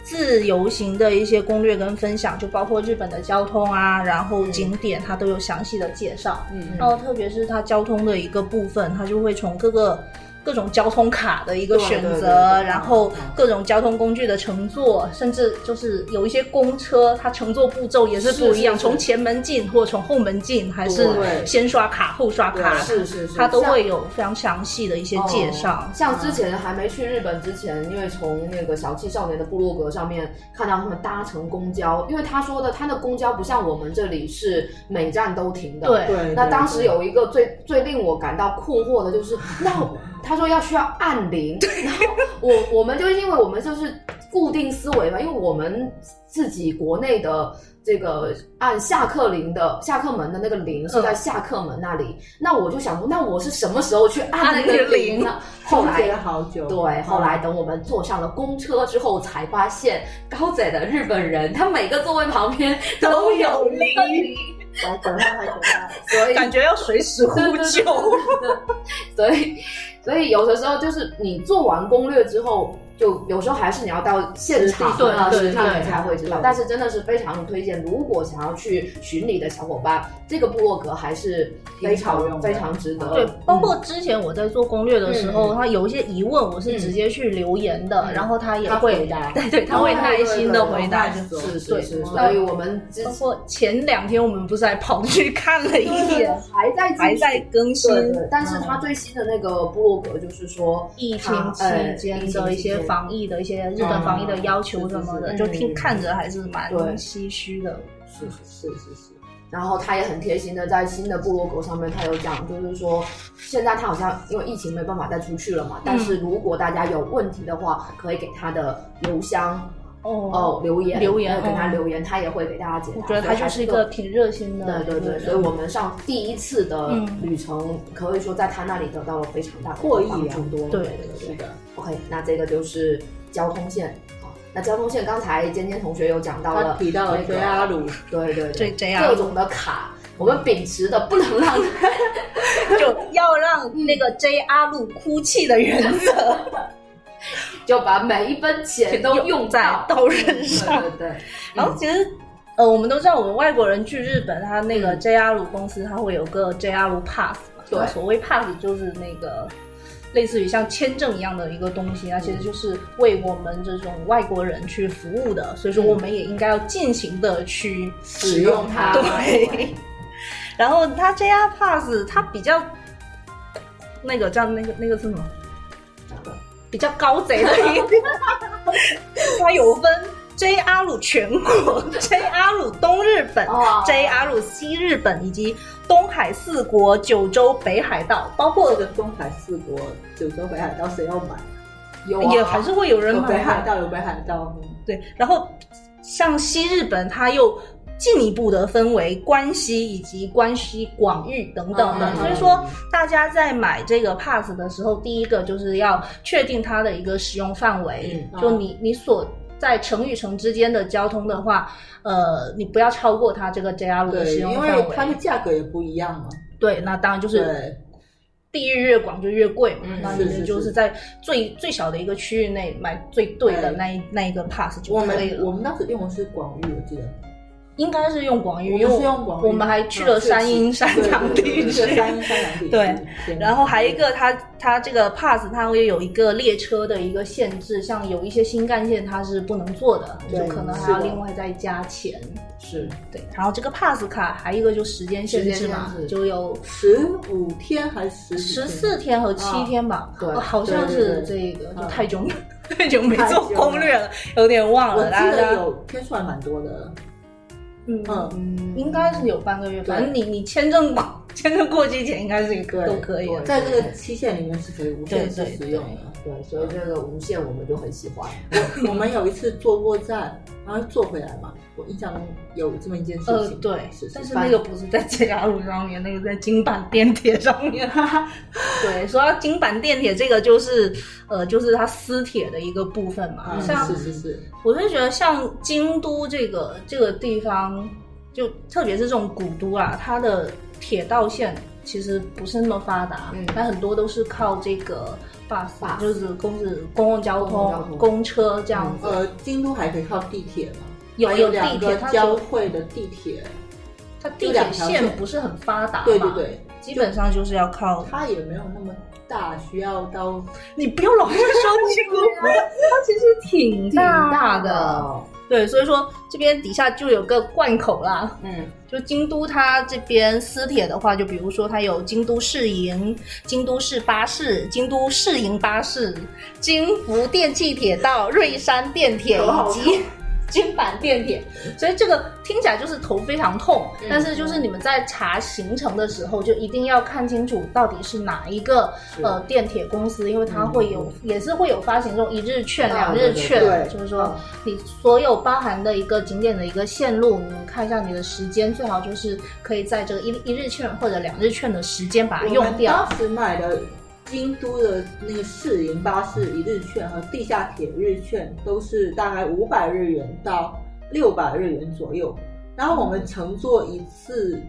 [SPEAKER 1] 自由行的一些攻略跟分享，就包括日本的交通啊，然后景点他都有详细的介绍。
[SPEAKER 3] 嗯
[SPEAKER 1] 然后特别是它交通的一个部分，它就会从各个各种交通卡的一个选
[SPEAKER 2] 对对对
[SPEAKER 1] 择，
[SPEAKER 2] 对嗯
[SPEAKER 1] 然后各种交通工具的乘坐，甚至就是有一些公车，它乘坐步骤也是不一样，
[SPEAKER 3] 是是是
[SPEAKER 1] 从前门进或从后门进，还是
[SPEAKER 3] 对
[SPEAKER 1] 先刷卡后刷卡，
[SPEAKER 2] 是是是，
[SPEAKER 1] 它啊都
[SPEAKER 2] 像
[SPEAKER 1] 会有非常详细的一些介绍嗯
[SPEAKER 2] 哦。像之前还没去日本之前，因为从那个小气少年的部落格上面看到他们搭乘公交，因为他说的他的公交不像我们这里是每站都停的。
[SPEAKER 1] 对
[SPEAKER 3] 对，
[SPEAKER 2] 那
[SPEAKER 3] 对
[SPEAKER 2] 当时
[SPEAKER 3] 对
[SPEAKER 2] 有一个最最令我感到困惑的 [laughs] 就是，那我他说要需要按铃，然后我我们就因为我们就是固定思维嘛，因为我们自己国内的这个按下课铃的下课门的那个铃是在下课门那里，那我就想说，那我是什么时候去嗯按那个铃呢？后
[SPEAKER 3] 纠结
[SPEAKER 2] 来
[SPEAKER 3] 了好久，
[SPEAKER 2] 对，后来等我们坐上了公车之后，才发现高仔的日本人，他每个座位旁边都有铃， [laughs]
[SPEAKER 3] 来等他，来等他，
[SPEAKER 2] 所以
[SPEAKER 1] 感觉要随时 [laughs] 呼
[SPEAKER 2] 对
[SPEAKER 1] 救，
[SPEAKER 2] [laughs] 所以，所以有的时候就是你做完攻略之后，就有时候还是你要到现场
[SPEAKER 1] 实地
[SPEAKER 2] 啊
[SPEAKER 1] 对对
[SPEAKER 2] 实地
[SPEAKER 1] 对
[SPEAKER 2] 你才会知道
[SPEAKER 3] 对。
[SPEAKER 2] 但是真的是非常推荐，如果想要去巡礼的小伙伴，这个部落格还是非
[SPEAKER 3] 挺好
[SPEAKER 2] 常
[SPEAKER 3] 用的
[SPEAKER 2] 非常值得。
[SPEAKER 1] 对
[SPEAKER 2] 嗯，
[SPEAKER 1] 包括之前我在做攻略的时候，
[SPEAKER 2] 嗯
[SPEAKER 1] 他有一些疑问，我是直接去留言的，
[SPEAKER 2] 嗯
[SPEAKER 1] 然后他也
[SPEAKER 3] 他
[SPEAKER 1] 会
[SPEAKER 3] 回答
[SPEAKER 1] 对对，他会
[SPEAKER 2] 哦
[SPEAKER 1] 耐心的回答。
[SPEAKER 3] 对对对对
[SPEAKER 2] 是是
[SPEAKER 1] 对
[SPEAKER 2] 是，
[SPEAKER 3] 对
[SPEAKER 2] 所以我们之
[SPEAKER 1] 包括前两天我们不是还跑去看了一眼，
[SPEAKER 2] 还在
[SPEAKER 1] 还在更新。
[SPEAKER 2] 对对，但是他最新的那个部落格就是说，呃
[SPEAKER 1] 疫情期间的一些防疫的一些日本防疫的要求什么的，
[SPEAKER 2] 嗯
[SPEAKER 1] 就听看着还是蛮
[SPEAKER 2] 对
[SPEAKER 1] 唏嘘的。
[SPEAKER 3] 是是是是，
[SPEAKER 2] 然后他也很贴心的在新的部落格上面，他有讲，就是说现在他好像因为疫情没办法再出去了嘛，但
[SPEAKER 1] 嗯
[SPEAKER 2] 是如果大家有问题的话，可以给他的邮箱哦
[SPEAKER 1] 哦，
[SPEAKER 2] 留言
[SPEAKER 1] 留言
[SPEAKER 2] 呃给他
[SPEAKER 1] 哦
[SPEAKER 2] 留言，他也会给大家解答。
[SPEAKER 1] 我觉得他就是一个挺热心
[SPEAKER 2] 所以
[SPEAKER 1] 的嗯
[SPEAKER 2] 还是。对对对，所以我们上第一次的旅程，可以说在他那里得到了非常大的
[SPEAKER 3] 获益
[SPEAKER 2] 帮
[SPEAKER 3] 啊
[SPEAKER 2] 助多。
[SPEAKER 1] 对
[SPEAKER 2] 对
[SPEAKER 3] 是的，
[SPEAKER 2] OK，那这个就是交通线。好，那交通线刚才尖尖同学有讲到
[SPEAKER 3] 他
[SPEAKER 2] 了，
[SPEAKER 3] 提到了
[SPEAKER 2] 那个
[SPEAKER 1] 啊
[SPEAKER 3] JR 鲁，
[SPEAKER 2] [laughs] 对对
[SPEAKER 1] 对这样
[SPEAKER 2] 各种的卡，我们秉持的不能
[SPEAKER 1] [laughs]
[SPEAKER 2] 让
[SPEAKER 1] 就要让那个 JR 路哭泣的原则 [laughs]
[SPEAKER 2] 就把每一分钱嗯都用
[SPEAKER 1] 在
[SPEAKER 2] 到。
[SPEAKER 1] 刀刃上。
[SPEAKER 2] 对对对，
[SPEAKER 1] 然后其实。呃，我们都知道，我们外国人去日本，他那个 JR 鲁公司，它会有个 JR 鲁 pass 嘛。
[SPEAKER 2] 对
[SPEAKER 1] 那所谓 pass 就是那个类似于像签证一样的一个东西，它其实就是为我们这种外国人去服务的，所以说我们也应该要尽情的去
[SPEAKER 2] 使用它。
[SPEAKER 1] 对。 [laughs] 然后它 JR pass 它比较那个叫那个那个字什么？比较高贼的一个，它有分 J R 鲁全国、J R 鲁东日本、
[SPEAKER 2] [laughs] 哦
[SPEAKER 1] J R 鲁西日本以及东海四国、九州、北海道，包
[SPEAKER 3] 或
[SPEAKER 1] 括
[SPEAKER 3] 者东海四国、九州、北海道，谁要买？
[SPEAKER 2] 有
[SPEAKER 1] 也
[SPEAKER 2] 啊
[SPEAKER 1] 还，是会有人
[SPEAKER 3] 有北
[SPEAKER 1] 买
[SPEAKER 3] 海
[SPEAKER 1] 的。
[SPEAKER 3] 道，有北海道。
[SPEAKER 1] 对，然后像西日本，它又进一步的分为关西以及关西广域等等的
[SPEAKER 2] 嗯，嗯嗯
[SPEAKER 1] 所以说大家在买这个 pass 的时候，第一个就是要确定它的一个使用范围，
[SPEAKER 3] 嗯
[SPEAKER 1] 就你你所。在城与城之间的交通的话，呃，你不要超过它这个 JR 路的
[SPEAKER 3] 对，
[SPEAKER 1] 使
[SPEAKER 3] 因
[SPEAKER 1] 用
[SPEAKER 3] 为
[SPEAKER 1] 范
[SPEAKER 3] 它的
[SPEAKER 1] 围。
[SPEAKER 3] 价格也不一样嘛。
[SPEAKER 1] 对，那当然就是
[SPEAKER 3] 对，
[SPEAKER 1] 地域越广就越贵嘛
[SPEAKER 2] 嗯，
[SPEAKER 1] 那
[SPEAKER 3] 是
[SPEAKER 1] 你
[SPEAKER 3] 是
[SPEAKER 1] 就是是在最最小的一个区域内买最对的
[SPEAKER 3] 对
[SPEAKER 1] 那一那一个 pass 就
[SPEAKER 3] 我
[SPEAKER 1] 可以
[SPEAKER 3] 们
[SPEAKER 1] 了。
[SPEAKER 3] 我们当时用的是广域，我记得
[SPEAKER 1] 应该是用广域，
[SPEAKER 3] 我们
[SPEAKER 1] 因为
[SPEAKER 3] 是用广域啊嗯
[SPEAKER 1] 我们还去了山阴山阳地区 [laughs]
[SPEAKER 3] 对对对。山阴山阳地区。
[SPEAKER 1] 对
[SPEAKER 3] 天哪
[SPEAKER 1] 然后还一个它，它这个 pass 它会有一个列车的一个限制，像有一些新干线它是不能坐的，
[SPEAKER 3] 对
[SPEAKER 1] 就可能还要
[SPEAKER 3] 是的
[SPEAKER 1] 另外再加钱。
[SPEAKER 2] 是
[SPEAKER 1] 对，然后这个 pass 卡还一个就时间限制嘛
[SPEAKER 2] 时间限制，
[SPEAKER 1] 就有
[SPEAKER 3] 十五天还是
[SPEAKER 1] 十
[SPEAKER 3] 十
[SPEAKER 1] 四天和七天吧，
[SPEAKER 2] 对
[SPEAKER 1] 哦好像是这个，
[SPEAKER 3] 对嗯
[SPEAKER 1] 就太久没 [laughs] 太久没
[SPEAKER 3] 太
[SPEAKER 1] 做
[SPEAKER 3] 久了
[SPEAKER 1] 攻略了，有点忘
[SPEAKER 3] 我
[SPEAKER 1] 了。大
[SPEAKER 3] 记
[SPEAKER 1] 家
[SPEAKER 3] 得有天数还蛮多的，
[SPEAKER 1] 嗯
[SPEAKER 3] 嗯
[SPEAKER 2] 嗯
[SPEAKER 1] 应该是有半个月，
[SPEAKER 3] 对
[SPEAKER 1] 反正你你签证过 [laughs] 签证过期前应该是一个
[SPEAKER 3] 对
[SPEAKER 1] 都可以了。
[SPEAKER 3] 嗯在这个期限里面是可以无限次
[SPEAKER 1] 对对
[SPEAKER 3] 使用的。
[SPEAKER 2] 对，所以这个无限我们就很喜欢。
[SPEAKER 3] 我们有一次坐过站，然后坐回来嘛，我印象中有这么一件事
[SPEAKER 1] 呃，
[SPEAKER 3] 情。
[SPEAKER 1] 对
[SPEAKER 3] 是，
[SPEAKER 1] 但是那个不是在 JR 路上面，那个在京阪电铁上 [laughs] 面。对，说到京阪电铁，这个就是呃，就是它私铁的一个部分嘛。
[SPEAKER 3] 嗯
[SPEAKER 1] 像
[SPEAKER 3] 是是是，
[SPEAKER 1] 我是觉得，像京都这个这个地方，就特别是这种古都啊，它的铁道线其实不是那么发达，
[SPEAKER 2] 嗯
[SPEAKER 1] 它很多都是靠这个 bus，,
[SPEAKER 2] Bus
[SPEAKER 1] 就是公是公共交通
[SPEAKER 2] 公共交、通
[SPEAKER 1] 公车这样子。
[SPEAKER 3] 呃，京都还可以靠地铁嘛，
[SPEAKER 1] 有
[SPEAKER 3] 还
[SPEAKER 1] 有地
[SPEAKER 3] 两个
[SPEAKER 1] 铁，它
[SPEAKER 3] 交
[SPEAKER 1] 就
[SPEAKER 3] 汇的地铁，
[SPEAKER 1] 它地铁
[SPEAKER 3] 就两条
[SPEAKER 1] 线
[SPEAKER 3] 线
[SPEAKER 1] 不是很发达嘛，
[SPEAKER 3] 对对对，
[SPEAKER 1] 基本上就是要靠
[SPEAKER 3] 它也没有那么大，需要到
[SPEAKER 1] 你不要 [laughs] 老是说这个，啊它其实挺大
[SPEAKER 2] 挺的，
[SPEAKER 1] 对，所以说这边底下就有个贯口啦。
[SPEAKER 2] 嗯，
[SPEAKER 1] 就京都它这边私铁的话，就比如说它有京都市营、京都市巴士、京都市营巴士、京福电气铁道、瑞山电铁
[SPEAKER 3] 有好
[SPEAKER 1] 以及 [laughs] 京阪电铁。所以这个听起来就是头非常痛，
[SPEAKER 3] 嗯
[SPEAKER 1] 但是就是你们在查行程的时候，就一定要看清楚到底是哪一个
[SPEAKER 2] 是
[SPEAKER 1] 呃电铁公司，因为
[SPEAKER 3] 嗯
[SPEAKER 1] 它会有、也是会有发行这种一日券、
[SPEAKER 2] 啊
[SPEAKER 1] 两日券，
[SPEAKER 3] 对对对
[SPEAKER 1] 就是说你所有包含的一个景点的一个线路，你看一下你的时间，最好就是可以在这个一一日券或者两日券的时间把它
[SPEAKER 3] 我
[SPEAKER 1] 用
[SPEAKER 3] 们
[SPEAKER 1] 掉。
[SPEAKER 3] 当时买的京都的那个市营巴士一日券和地下铁日券都是大概五百日元到六百日元左右，然后我们乘坐一次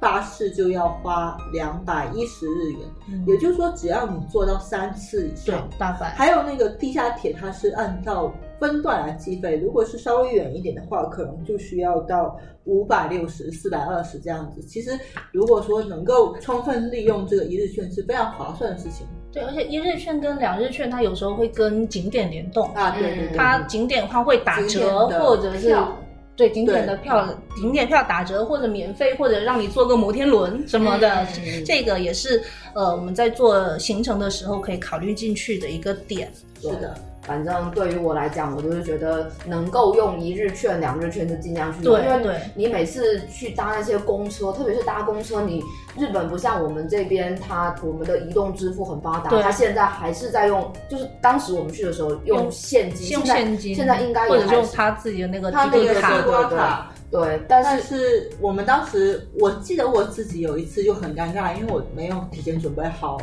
[SPEAKER 3] 巴士就要花两百一十日元，
[SPEAKER 1] 嗯
[SPEAKER 3] 也就是说，只要你坐到三次以
[SPEAKER 1] 对
[SPEAKER 3] 上。，
[SPEAKER 1] 大概
[SPEAKER 3] 还有那个地下铁，它是按照分段来计费，如果是稍微远一点的话，可能就需要到五百六十、四百二十这样子。其实，如果说能够充分利用这个一日券，是非常划算的事情
[SPEAKER 1] 对，而且一日券跟两日券它有时候会跟景点联动，
[SPEAKER 3] 啊！对对对，
[SPEAKER 1] 它景点它会打
[SPEAKER 3] 景点
[SPEAKER 1] 折，
[SPEAKER 3] 的
[SPEAKER 1] 或者是
[SPEAKER 3] 票
[SPEAKER 1] 对景点的
[SPEAKER 3] 对
[SPEAKER 1] 票，景点票打折或者免费，或者让你坐个摩天轮什么的，
[SPEAKER 2] 嗯
[SPEAKER 1] 这个也是呃我们在做行程的时候可以考虑进去的一个点。
[SPEAKER 3] 是的，
[SPEAKER 2] 反正对于我来讲，我就是觉得能够用一日券、两日券就尽量去用，
[SPEAKER 1] 对
[SPEAKER 2] 因为
[SPEAKER 1] 对
[SPEAKER 2] 你每次去搭那些公车，特别是搭公车，你日本不像我们这边，它我们的移动支付很发达，
[SPEAKER 1] 对
[SPEAKER 2] 它现在还是在用，就是当时我们去的时候用
[SPEAKER 1] 用
[SPEAKER 2] 现金，
[SPEAKER 1] 用
[SPEAKER 2] 现在
[SPEAKER 1] 现金，
[SPEAKER 2] 现在应该也
[SPEAKER 1] 或者
[SPEAKER 2] 还
[SPEAKER 1] 用
[SPEAKER 2] 是
[SPEAKER 1] 他自己的那个
[SPEAKER 2] 他
[SPEAKER 1] 地图
[SPEAKER 2] 那
[SPEAKER 3] 那个
[SPEAKER 2] 对
[SPEAKER 1] 卡
[SPEAKER 3] 西，瓜
[SPEAKER 2] 对对
[SPEAKER 3] 卡。
[SPEAKER 2] 对，但
[SPEAKER 3] 但
[SPEAKER 2] 是
[SPEAKER 3] 是我们当时，我记得我自己有一次就很尴尬，因为我没有提前准备好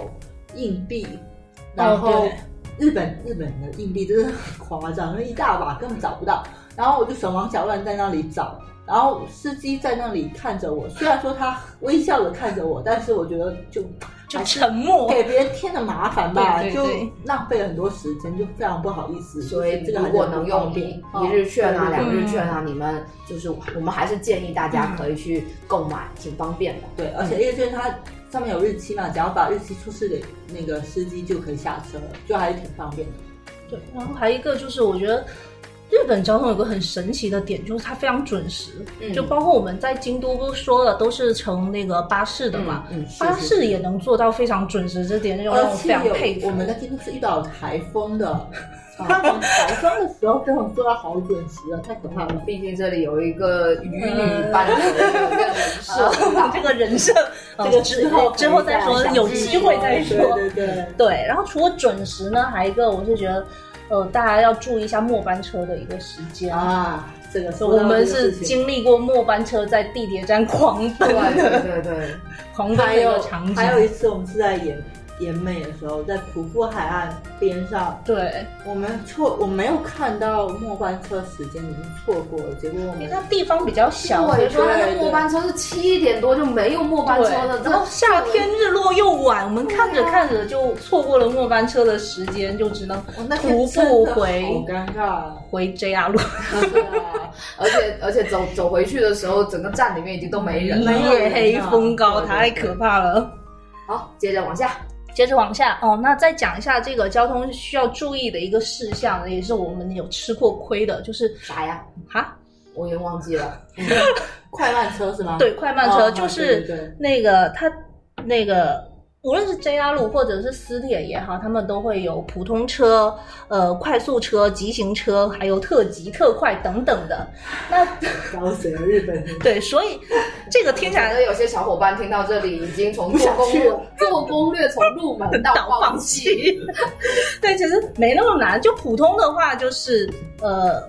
[SPEAKER 3] 硬币，然后
[SPEAKER 1] 对
[SPEAKER 3] 日本日本的硬币真的很夸张，那一大把根本找不到。然后我就手忙脚乱在那里找，然后司机在那里看着我，虽然说他微笑的看着我，但是我觉得就
[SPEAKER 1] 就
[SPEAKER 3] 还是
[SPEAKER 1] 沉默。
[SPEAKER 3] 给别人添了麻烦吧，
[SPEAKER 1] 对对对
[SPEAKER 3] 就浪费了很多时间，就非常不好意思。
[SPEAKER 2] 所以
[SPEAKER 3] 这个
[SPEAKER 2] 如
[SPEAKER 3] 还是
[SPEAKER 2] 果
[SPEAKER 3] 很
[SPEAKER 2] 能
[SPEAKER 3] 不
[SPEAKER 2] 用
[SPEAKER 3] 方
[SPEAKER 2] 一
[SPEAKER 3] 便
[SPEAKER 2] 一日券啊、
[SPEAKER 3] 哦对对
[SPEAKER 2] 两
[SPEAKER 1] 对
[SPEAKER 2] 日券啊，你们就是我们还是建议大家可以去购买，挺方便的。
[SPEAKER 3] 对，
[SPEAKER 1] 嗯
[SPEAKER 3] 而且因为就是它上面有日期嘛，只要把日期出示给那个司机就可以下车了，就还是挺方便的。
[SPEAKER 1] 对，然后还有一个就是，我觉得日本交通有个很神奇的点，就是它非常准时，
[SPEAKER 2] 嗯
[SPEAKER 1] 就包括我们在京都不是说了都是乘那个巴士的嘛，
[SPEAKER 2] 嗯嗯是
[SPEAKER 1] 巴
[SPEAKER 2] 是
[SPEAKER 1] 士也能做到非常准时，这点让
[SPEAKER 3] 而
[SPEAKER 1] 我非
[SPEAKER 3] 且
[SPEAKER 1] 常佩
[SPEAKER 3] 有
[SPEAKER 1] 服。
[SPEAKER 3] 我们在京都是遇到台风的，他们台风的时候真的做到好准时啊，太可怕了。
[SPEAKER 2] 毕竟这里有一个渔女班的一个人设，
[SPEAKER 1] 啊这个人设，
[SPEAKER 3] 这
[SPEAKER 1] 呃
[SPEAKER 3] 个
[SPEAKER 1] 之
[SPEAKER 3] 之后
[SPEAKER 1] 后之后再说，有机会再说。
[SPEAKER 3] 对对对，
[SPEAKER 1] 对，然后除了准时呢，还有一个我是觉得，呃，大家要注意一下末班车的一个时间。
[SPEAKER 3] 啊，这个说
[SPEAKER 1] 我
[SPEAKER 3] 到
[SPEAKER 1] 们
[SPEAKER 3] 这个
[SPEAKER 1] 是
[SPEAKER 3] 事情
[SPEAKER 1] 经历过末班车在地铁站狂奔
[SPEAKER 2] 对对对对，
[SPEAKER 1] [laughs] 狂奔
[SPEAKER 3] 还
[SPEAKER 1] 的一个
[SPEAKER 3] 有
[SPEAKER 1] 场景。
[SPEAKER 3] 还有一次我们是在延延美的时候，在普富海岸边上，
[SPEAKER 1] 对，
[SPEAKER 3] 我们错我没有看到末班车时间，已经错过了，结果我
[SPEAKER 1] 因为
[SPEAKER 3] 们
[SPEAKER 1] 它地方比较小，所以
[SPEAKER 2] 对，
[SPEAKER 1] 说
[SPEAKER 2] 说
[SPEAKER 1] 它
[SPEAKER 2] 那
[SPEAKER 1] 的
[SPEAKER 2] 个末班车是七点多就没有末班车了，
[SPEAKER 1] 对然后
[SPEAKER 2] 这
[SPEAKER 1] 夏天日落又晚，我们看着
[SPEAKER 2] 对啊
[SPEAKER 1] 看着就错过了末班车的时间，就只能
[SPEAKER 3] 我那天
[SPEAKER 1] 徒
[SPEAKER 3] 真
[SPEAKER 1] 步
[SPEAKER 3] 的好
[SPEAKER 1] 回
[SPEAKER 3] 尴尬。啊
[SPEAKER 1] 回 JR 路。
[SPEAKER 2] 对啊而且而且走走回去的时候，整个站里面已经都没人了。
[SPEAKER 3] 没有
[SPEAKER 1] 夜黑
[SPEAKER 3] 人啊
[SPEAKER 1] 风高，
[SPEAKER 2] 对对
[SPEAKER 1] 太
[SPEAKER 2] 对
[SPEAKER 1] 可怕了。
[SPEAKER 2] 好，接着往下，
[SPEAKER 1] 接着往下哦，那再讲一下这个交通需要注意的一个事项，也是我们有吃过亏的，就是
[SPEAKER 2] 啥呀？
[SPEAKER 1] 哈，
[SPEAKER 2] 我也忘记了。
[SPEAKER 3] 快慢车是吗？
[SPEAKER 1] 对，快慢车、
[SPEAKER 3] 哦
[SPEAKER 1] 就
[SPEAKER 3] 对对对
[SPEAKER 1] 是那个它那个。无论是 JR 路或者是私铁也好，他们都会有普通车、呃快速车、急行车，还有特急、特快等等的。那
[SPEAKER 3] 搞死了日本人
[SPEAKER 1] 对，所以这个 [laughs] 听起
[SPEAKER 2] 我觉
[SPEAKER 1] 来
[SPEAKER 2] 得有些小伙伴听到这里，已经从做攻略、做攻略从入
[SPEAKER 1] [laughs]
[SPEAKER 2] 门到
[SPEAKER 1] 到
[SPEAKER 2] 放
[SPEAKER 1] 放
[SPEAKER 2] 弃。
[SPEAKER 3] [laughs]
[SPEAKER 1] 弃。对，其实没那么难。就普通的话，就是呃，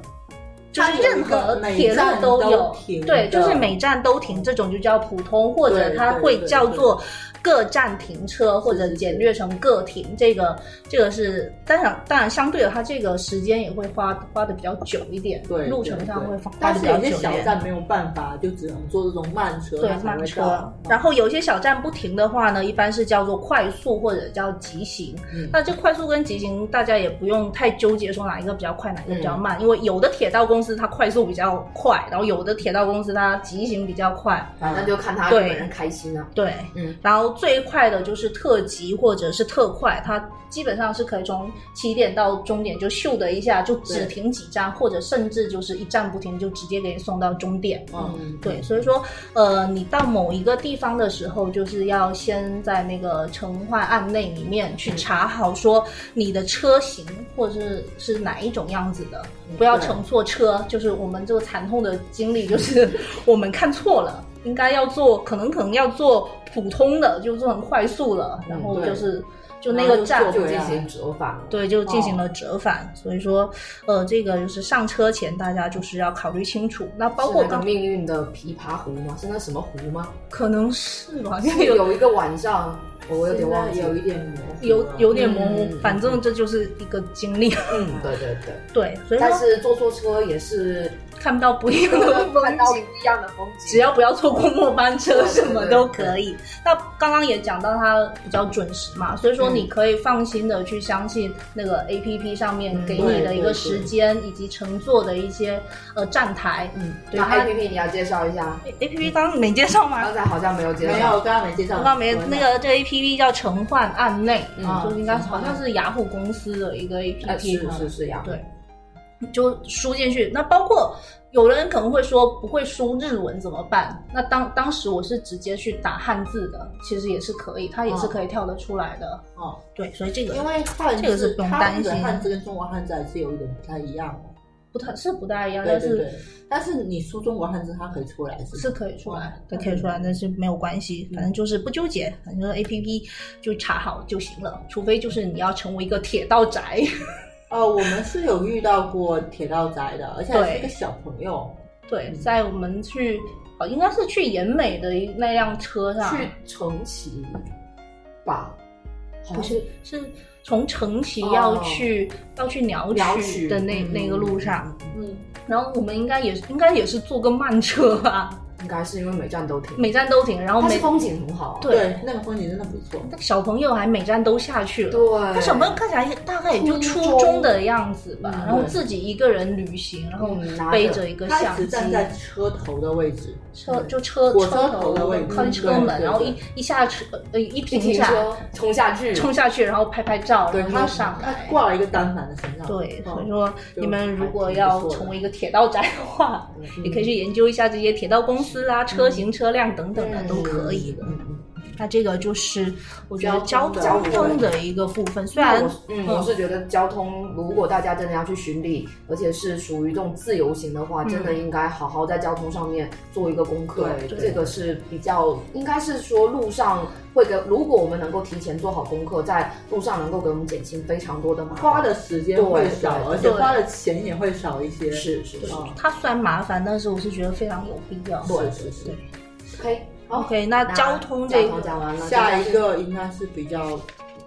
[SPEAKER 1] 就
[SPEAKER 3] 它
[SPEAKER 1] 是
[SPEAKER 3] 有一
[SPEAKER 1] 任
[SPEAKER 3] 个
[SPEAKER 1] 何
[SPEAKER 3] 每
[SPEAKER 1] 铁路
[SPEAKER 3] 站
[SPEAKER 1] 都
[SPEAKER 3] 都
[SPEAKER 1] 有
[SPEAKER 3] 停，
[SPEAKER 1] 对，
[SPEAKER 3] 的
[SPEAKER 1] 就是每站都停，这种就叫普通，或者
[SPEAKER 3] 对
[SPEAKER 1] 它
[SPEAKER 3] 对
[SPEAKER 1] 会
[SPEAKER 3] 对
[SPEAKER 1] 叫
[SPEAKER 3] 对
[SPEAKER 1] 做。各站停车或者
[SPEAKER 3] 是是
[SPEAKER 1] 简略成各停，这个这个是当然当然相对的，它这个时间也会花花的比较久一点，
[SPEAKER 3] 对，
[SPEAKER 1] 路
[SPEAKER 3] 对
[SPEAKER 1] 程上
[SPEAKER 3] 对
[SPEAKER 1] 会花花的
[SPEAKER 3] 但
[SPEAKER 1] 比
[SPEAKER 3] 是
[SPEAKER 1] 较
[SPEAKER 3] 有
[SPEAKER 1] 久一
[SPEAKER 3] 些
[SPEAKER 1] 点。
[SPEAKER 3] 小站没有办法，就只能坐这种慢车，
[SPEAKER 1] 对
[SPEAKER 3] 它才
[SPEAKER 1] 慢
[SPEAKER 3] 会
[SPEAKER 1] 车
[SPEAKER 3] 到，
[SPEAKER 1] 然后有一些小站不停的话呢，一般是叫做快速或者叫急行。
[SPEAKER 3] 嗯
[SPEAKER 1] 那这快速跟急行，大家也不用太纠结说哪一个比较快，哪一个
[SPEAKER 3] 嗯
[SPEAKER 1] 比较慢，因为有的铁道公司它快速比较快，然后有的铁道公司它急行比较快。
[SPEAKER 2] 反正就看他
[SPEAKER 1] 对
[SPEAKER 2] 本人开心啊。
[SPEAKER 1] 对，
[SPEAKER 2] 嗯，
[SPEAKER 1] 然后最快的就是特急或者是特快，它基本上是可以从起点到终点就咻的一下，就只
[SPEAKER 3] 对
[SPEAKER 1] 停几站，或者甚至就是一站不停就直接给你送到终点。
[SPEAKER 3] 嗯，
[SPEAKER 1] 对，所以说，呃，你到某一个地方的时候，就是要先在那个乘换案内里面去查好，说你的车型或者是是哪一种样子的，不要
[SPEAKER 3] 嗯对
[SPEAKER 1] 乘错车。就是我们这个惨痛的经历，就是我们看错
[SPEAKER 3] [laughs]
[SPEAKER 1] 了，应该要做，可能可能要做普通的，就做很快速了，然
[SPEAKER 3] 嗯
[SPEAKER 1] 后
[SPEAKER 3] 对
[SPEAKER 1] 就是就
[SPEAKER 3] 然
[SPEAKER 1] 那
[SPEAKER 3] 后
[SPEAKER 1] 个
[SPEAKER 3] 就
[SPEAKER 1] 站
[SPEAKER 3] 坐哦
[SPEAKER 2] 就
[SPEAKER 3] 对
[SPEAKER 2] 进
[SPEAKER 3] 啊
[SPEAKER 2] 行折返了。
[SPEAKER 1] 对，就进行了折返。所以说，呃，这个就是上车前大家就是要考虑清楚。那包
[SPEAKER 2] 是
[SPEAKER 1] 括
[SPEAKER 2] 那
[SPEAKER 1] 刚
[SPEAKER 2] 个命运的琵琶湖吗？是那什么湖吗？
[SPEAKER 1] 可能是吧，因 [laughs] 为有
[SPEAKER 2] 有一个晚上，我我有点忘记
[SPEAKER 3] 现在
[SPEAKER 2] 了
[SPEAKER 3] 有一。点模糊了
[SPEAKER 1] 有有点模糊
[SPEAKER 2] 嗯，
[SPEAKER 1] 反正这就是一个经历。
[SPEAKER 2] 嗯，对对对。
[SPEAKER 1] 对，所以
[SPEAKER 2] [laughs] 但
[SPEAKER 1] 说
[SPEAKER 2] 是坐错车
[SPEAKER 1] [laughs]
[SPEAKER 2] 也是
[SPEAKER 1] 看不到不一样 [laughs] 的
[SPEAKER 2] 看
[SPEAKER 1] 风
[SPEAKER 2] 到不
[SPEAKER 1] 景，
[SPEAKER 2] 一样的风景。
[SPEAKER 1] 只要不要错过末班车，
[SPEAKER 2] 对
[SPEAKER 1] 什么都可以。那刚刚也讲到它比较准时嘛，所以说
[SPEAKER 2] 嗯
[SPEAKER 1] 你可以放心的去相信那个 A P P 上面
[SPEAKER 2] 嗯
[SPEAKER 1] 给
[SPEAKER 3] 对
[SPEAKER 1] 你的一个
[SPEAKER 3] 对
[SPEAKER 1] 时间以及乘坐的一些呃站台。
[SPEAKER 2] 嗯，
[SPEAKER 1] 对
[SPEAKER 2] 那
[SPEAKER 1] 它
[SPEAKER 2] A P P 你要介绍一下，
[SPEAKER 1] A P P 刚刚没介绍吗？
[SPEAKER 2] 刚才好像没有介绍。
[SPEAKER 3] 没有，刚刚没介绍，
[SPEAKER 1] 我刚没
[SPEAKER 3] 我
[SPEAKER 1] 那个这 A P P 叫乘换案内，
[SPEAKER 2] 嗯
[SPEAKER 1] 嗯，哎就是应该
[SPEAKER 3] 乘换
[SPEAKER 1] 好像是雅虎公司的一个 A P
[SPEAKER 2] 呃
[SPEAKER 1] P，
[SPEAKER 2] 是是是呀，
[SPEAKER 1] 对，就输进去。那包括有的人可能会说不会输日文怎么办？那当当时我是直接去打汉字的，其实也是可以，它也是可以跳得出来的。
[SPEAKER 3] 哦，
[SPEAKER 1] 对，所以这个
[SPEAKER 3] 因为汉字
[SPEAKER 1] 这个是不用
[SPEAKER 3] 它
[SPEAKER 1] 担心
[SPEAKER 3] 的汉字跟中国汉字还是有一点不太一样的，
[SPEAKER 1] 不太是不大一样，
[SPEAKER 3] 对
[SPEAKER 1] 但
[SPEAKER 3] 对
[SPEAKER 1] 是
[SPEAKER 3] 对。但是你输中国汉字，它可以出来是
[SPEAKER 1] 是
[SPEAKER 3] 吗
[SPEAKER 1] 可以出来，嗯对，
[SPEAKER 3] 嗯
[SPEAKER 1] 可以出来，但是没有关系，反正就是不纠结，反正 A P P 就查好就行了，除非就是你要成为一个铁道宅， [laughs]
[SPEAKER 3] 哦，我们是有遇到过铁道宅的，而且还是一
[SPEAKER 1] 对
[SPEAKER 3] 个小朋友，
[SPEAKER 1] 对，在我们去。哦，应该是去延美的一那辆车上，
[SPEAKER 2] 去重启吧，好
[SPEAKER 1] 不
[SPEAKER 2] 像
[SPEAKER 1] 是
[SPEAKER 2] 是，
[SPEAKER 1] 是从城崎
[SPEAKER 2] 哦
[SPEAKER 1] 要去、要去鸟
[SPEAKER 2] 鸟
[SPEAKER 1] 取
[SPEAKER 2] 取
[SPEAKER 1] 的那、
[SPEAKER 2] 嗯
[SPEAKER 1] 那个路上，
[SPEAKER 3] 嗯，
[SPEAKER 1] 然后我们应该也应该也是坐个慢车吧， [laughs]
[SPEAKER 2] 应该是因为每站都停，
[SPEAKER 1] 每站都停，然后
[SPEAKER 2] 它
[SPEAKER 1] 每
[SPEAKER 2] 是风景很好啊。
[SPEAKER 1] 对
[SPEAKER 3] 对，那个风景真的不错。
[SPEAKER 1] 那个小朋友还每站都下去了。
[SPEAKER 2] 对，
[SPEAKER 1] 他小朋友看起来也大概也就初
[SPEAKER 2] 初中
[SPEAKER 1] 中的样子吧，
[SPEAKER 2] 嗯
[SPEAKER 1] 然后自己一个人旅行，然后
[SPEAKER 2] 嗯拿着
[SPEAKER 1] 背着一个
[SPEAKER 3] 他
[SPEAKER 1] 相
[SPEAKER 3] 一
[SPEAKER 1] 机
[SPEAKER 3] 直，站在车头的位置，
[SPEAKER 1] 车就车
[SPEAKER 3] 火车
[SPEAKER 1] 车
[SPEAKER 3] 头的位置
[SPEAKER 1] 靠近车
[SPEAKER 3] 对对
[SPEAKER 1] 门，
[SPEAKER 3] 对
[SPEAKER 1] 然后一一下车呃一
[SPEAKER 2] 一
[SPEAKER 1] 停
[SPEAKER 2] 停
[SPEAKER 1] 下
[SPEAKER 2] 车冲下去，
[SPEAKER 1] 冲下去，然后拍拍照，
[SPEAKER 3] 对
[SPEAKER 1] 然后
[SPEAKER 3] 他
[SPEAKER 1] 又上
[SPEAKER 3] 他
[SPEAKER 1] 来。
[SPEAKER 3] 挂了一个单反的身上。
[SPEAKER 1] 对，
[SPEAKER 3] 嗯
[SPEAKER 1] 所以说
[SPEAKER 3] 就
[SPEAKER 1] 你们如果
[SPEAKER 3] 还挺不
[SPEAKER 1] 要
[SPEAKER 3] 错的
[SPEAKER 1] 成为一个铁道宅的话，
[SPEAKER 2] 嗯
[SPEAKER 1] 也可以去研究一下这些铁道公司啦、车型、车辆等等的
[SPEAKER 2] 嗯
[SPEAKER 1] 都可以的。
[SPEAKER 3] 嗯嗯
[SPEAKER 1] 那这个就是我觉得交
[SPEAKER 3] 交
[SPEAKER 1] 通
[SPEAKER 3] 通
[SPEAKER 1] 交
[SPEAKER 3] 的
[SPEAKER 1] 通的一个部分，虽
[SPEAKER 2] 那
[SPEAKER 1] 然
[SPEAKER 2] 我嗯，我是觉得交通，如果大家真的要去巡礼，而且是属于这种自由行的话，
[SPEAKER 1] 嗯
[SPEAKER 2] 真的应该好好在交通上面做一个功课。
[SPEAKER 3] 对对
[SPEAKER 2] 这个是比较，应该是说路上会给，如果我们能够提前做好功课，在路上能够给我们减轻非常多的麻烦。
[SPEAKER 3] 花的时间会少，
[SPEAKER 2] 对
[SPEAKER 3] 而且花的钱也会少一些。
[SPEAKER 2] 是是是
[SPEAKER 3] 哦
[SPEAKER 1] 它虽然麻烦，但是我是觉得非常有必要。
[SPEAKER 3] 对是是。
[SPEAKER 2] ，OK，好，
[SPEAKER 1] OK，那
[SPEAKER 2] 那
[SPEAKER 1] 交通这
[SPEAKER 2] 交通讲完了，
[SPEAKER 3] 下一
[SPEAKER 2] 接
[SPEAKER 3] 个应该是比较，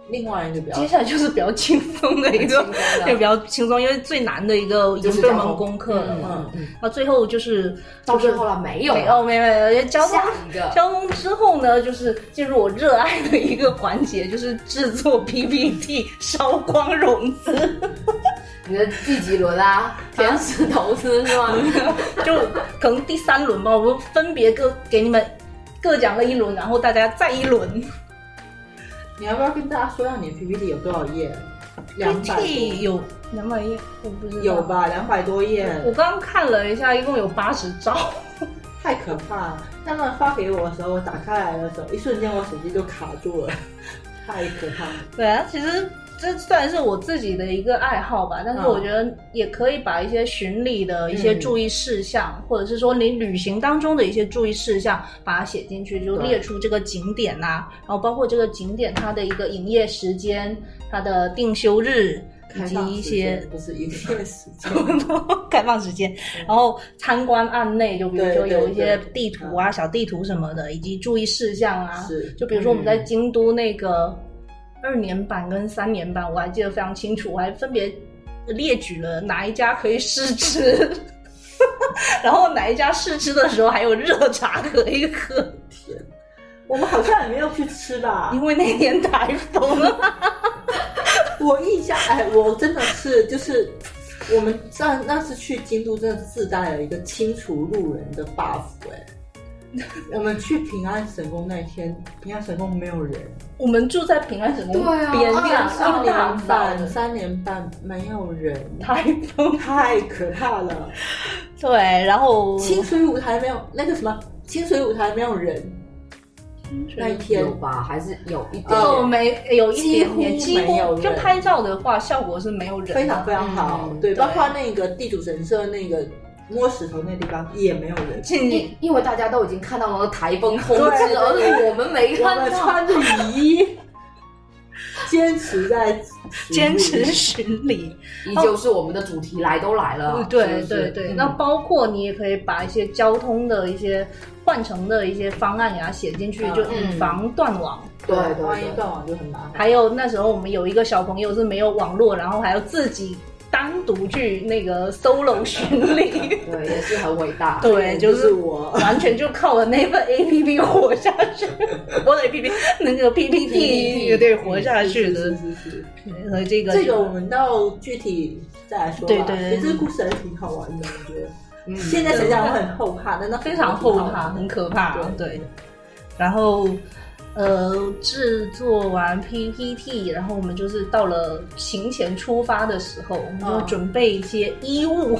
[SPEAKER 3] 另外一个比较
[SPEAKER 1] 接下来就是比较轻松的一
[SPEAKER 2] 下
[SPEAKER 1] 个
[SPEAKER 2] 来，是
[SPEAKER 1] 也比较轻松，因为最难的一个已
[SPEAKER 2] 就
[SPEAKER 1] 经
[SPEAKER 2] 是
[SPEAKER 1] 被
[SPEAKER 2] 交
[SPEAKER 1] 我
[SPEAKER 2] 通
[SPEAKER 1] 们攻克了
[SPEAKER 2] 嗯
[SPEAKER 1] 嘛。
[SPEAKER 2] 嗯嗯，
[SPEAKER 1] 那最后就是
[SPEAKER 2] 到最后了没有？
[SPEAKER 1] 没有没有没有，交通
[SPEAKER 2] 下一个
[SPEAKER 1] 交通之后呢，就是进入我热爱的一个环节，就是制作 PPT 烧光融资。
[SPEAKER 2] 你的第几轮啦？啊天使投资是吗？ [laughs]
[SPEAKER 1] 就可能第三轮吧，我们分别各给你们各讲了一轮，然后大家再一轮。
[SPEAKER 3] 你要不要跟大家说一下你的 PPT 有多少页？两百
[SPEAKER 1] PPT 有两百页，我不知道
[SPEAKER 3] 有？吧，两百多页，
[SPEAKER 1] 我刚刚看了一下，一共有八十张。
[SPEAKER 3] 太可怕了！他们发给我的时候，我打开来的时候，一瞬间我手机就卡
[SPEAKER 1] [laughs]
[SPEAKER 3] 住了，太可怕了。
[SPEAKER 1] 对啊，其实这算是我自己的一个爱好吧，但是
[SPEAKER 3] 嗯
[SPEAKER 1] 我觉得也可以把一些巡礼的一些
[SPEAKER 2] 嗯
[SPEAKER 1] 注意事项，或者是说你旅行当中的一些注意事项，把它写进去，就
[SPEAKER 3] 对
[SPEAKER 1] 列出这个景点呐、
[SPEAKER 3] 嗯
[SPEAKER 1] 然后包括这个景点它的一个营业时间、它的定休日。以
[SPEAKER 3] 开
[SPEAKER 1] 及
[SPEAKER 3] 放
[SPEAKER 1] 一
[SPEAKER 3] 时
[SPEAKER 1] 些
[SPEAKER 3] 间不是营业时
[SPEAKER 1] [laughs]
[SPEAKER 3] 间，
[SPEAKER 1] 开放时间，然后参观案内，就比如说
[SPEAKER 3] 对对
[SPEAKER 1] 有一些
[SPEAKER 3] 对
[SPEAKER 1] 地图啊、小地图什么的，以及注意事项啊。
[SPEAKER 3] 是
[SPEAKER 1] 就比如说我们在京都那个二年版跟三年版，我还记得非常清楚，我还分别列举了哪一家可以试吃， [laughs] 然后哪一家试吃的时候还有热茶可以喝，
[SPEAKER 3] 天，我们好像也没有去吃吧？
[SPEAKER 1] 因为那年台风啊。
[SPEAKER 3] 我印象，哎，我真的是就是。我们上那次去京都，真的自带了一个清除路人的 buff 哎、我们去平安神宫那天，平安神宫没有人，
[SPEAKER 1] 我们住在平安神宫
[SPEAKER 2] 对啊
[SPEAKER 1] 边
[SPEAKER 2] 二
[SPEAKER 1] 上，
[SPEAKER 2] 十三
[SPEAKER 3] 二
[SPEAKER 2] 年
[SPEAKER 3] 年
[SPEAKER 2] 半
[SPEAKER 3] 半、三年半没有人，
[SPEAKER 1] 台风
[SPEAKER 3] 太可怕了。
[SPEAKER 1] 对，然后
[SPEAKER 3] 清水舞台没有那个什么，清水舞台没有人那
[SPEAKER 1] 哎
[SPEAKER 3] 一天
[SPEAKER 2] 有，吧？还是有一点点。
[SPEAKER 1] 哦，没有一点点，
[SPEAKER 3] 几
[SPEAKER 1] 几
[SPEAKER 3] 乎没有
[SPEAKER 1] 乎
[SPEAKER 3] 人
[SPEAKER 1] 就拍照的话，效果是没有人的，
[SPEAKER 3] 非常非常好。
[SPEAKER 2] 嗯
[SPEAKER 3] 对，
[SPEAKER 1] 对
[SPEAKER 3] 包括那个地主神社那个摸石头那地方也没有人。
[SPEAKER 1] 近
[SPEAKER 2] 因因为大家都已经看到了台风通知，
[SPEAKER 3] 对对
[SPEAKER 2] 而且我们没
[SPEAKER 3] 我
[SPEAKER 2] 看
[SPEAKER 3] 们
[SPEAKER 2] 到。
[SPEAKER 3] 穿着雨衣，坚持在
[SPEAKER 1] 坚持巡礼。
[SPEAKER 2] 依旧是我们的主题来都来了，
[SPEAKER 1] 嗯
[SPEAKER 3] 啊
[SPEAKER 1] 对
[SPEAKER 2] 是不
[SPEAKER 1] 对
[SPEAKER 2] 是
[SPEAKER 1] 对，
[SPEAKER 2] 嗯
[SPEAKER 1] 那包括你也可以把一些交通的一些换乘的一些方案给它写进去，
[SPEAKER 3] 嗯
[SPEAKER 1] 就以防断网。
[SPEAKER 2] 对
[SPEAKER 3] 对
[SPEAKER 2] 对
[SPEAKER 3] 万一
[SPEAKER 2] 对
[SPEAKER 3] 断网就很麻烦。
[SPEAKER 1] 还有那时候我们有一个小朋友是没有网络，然后还要自己单独去那个 solo 巡
[SPEAKER 3] [laughs]
[SPEAKER 1] 礼，
[SPEAKER 2] 对也是很伟大。
[SPEAKER 1] 对，
[SPEAKER 3] 就
[SPEAKER 1] 就是是。
[SPEAKER 3] 我。
[SPEAKER 1] 完全就靠了那份 A P P 活下
[SPEAKER 3] [laughs]
[SPEAKER 1] 去，我的 A P P 那个 P P T 对活下去的，
[SPEAKER 3] 是是是，
[SPEAKER 1] 和这个
[SPEAKER 3] 这个我们到具体再来说吧。
[SPEAKER 1] 对对对
[SPEAKER 3] 其实这个故事还是挺好玩的，我觉得。
[SPEAKER 2] 嗯
[SPEAKER 3] 现在想想我很后怕，但那
[SPEAKER 1] 非常后怕，[laughs]
[SPEAKER 3] 怕。
[SPEAKER 1] 很可怕。
[SPEAKER 3] 对
[SPEAKER 1] 对，然后呃，制作完 PPT，然后我们就是到了行前出发的时候，我们就
[SPEAKER 3] 嗯
[SPEAKER 1] 准备一些衣物。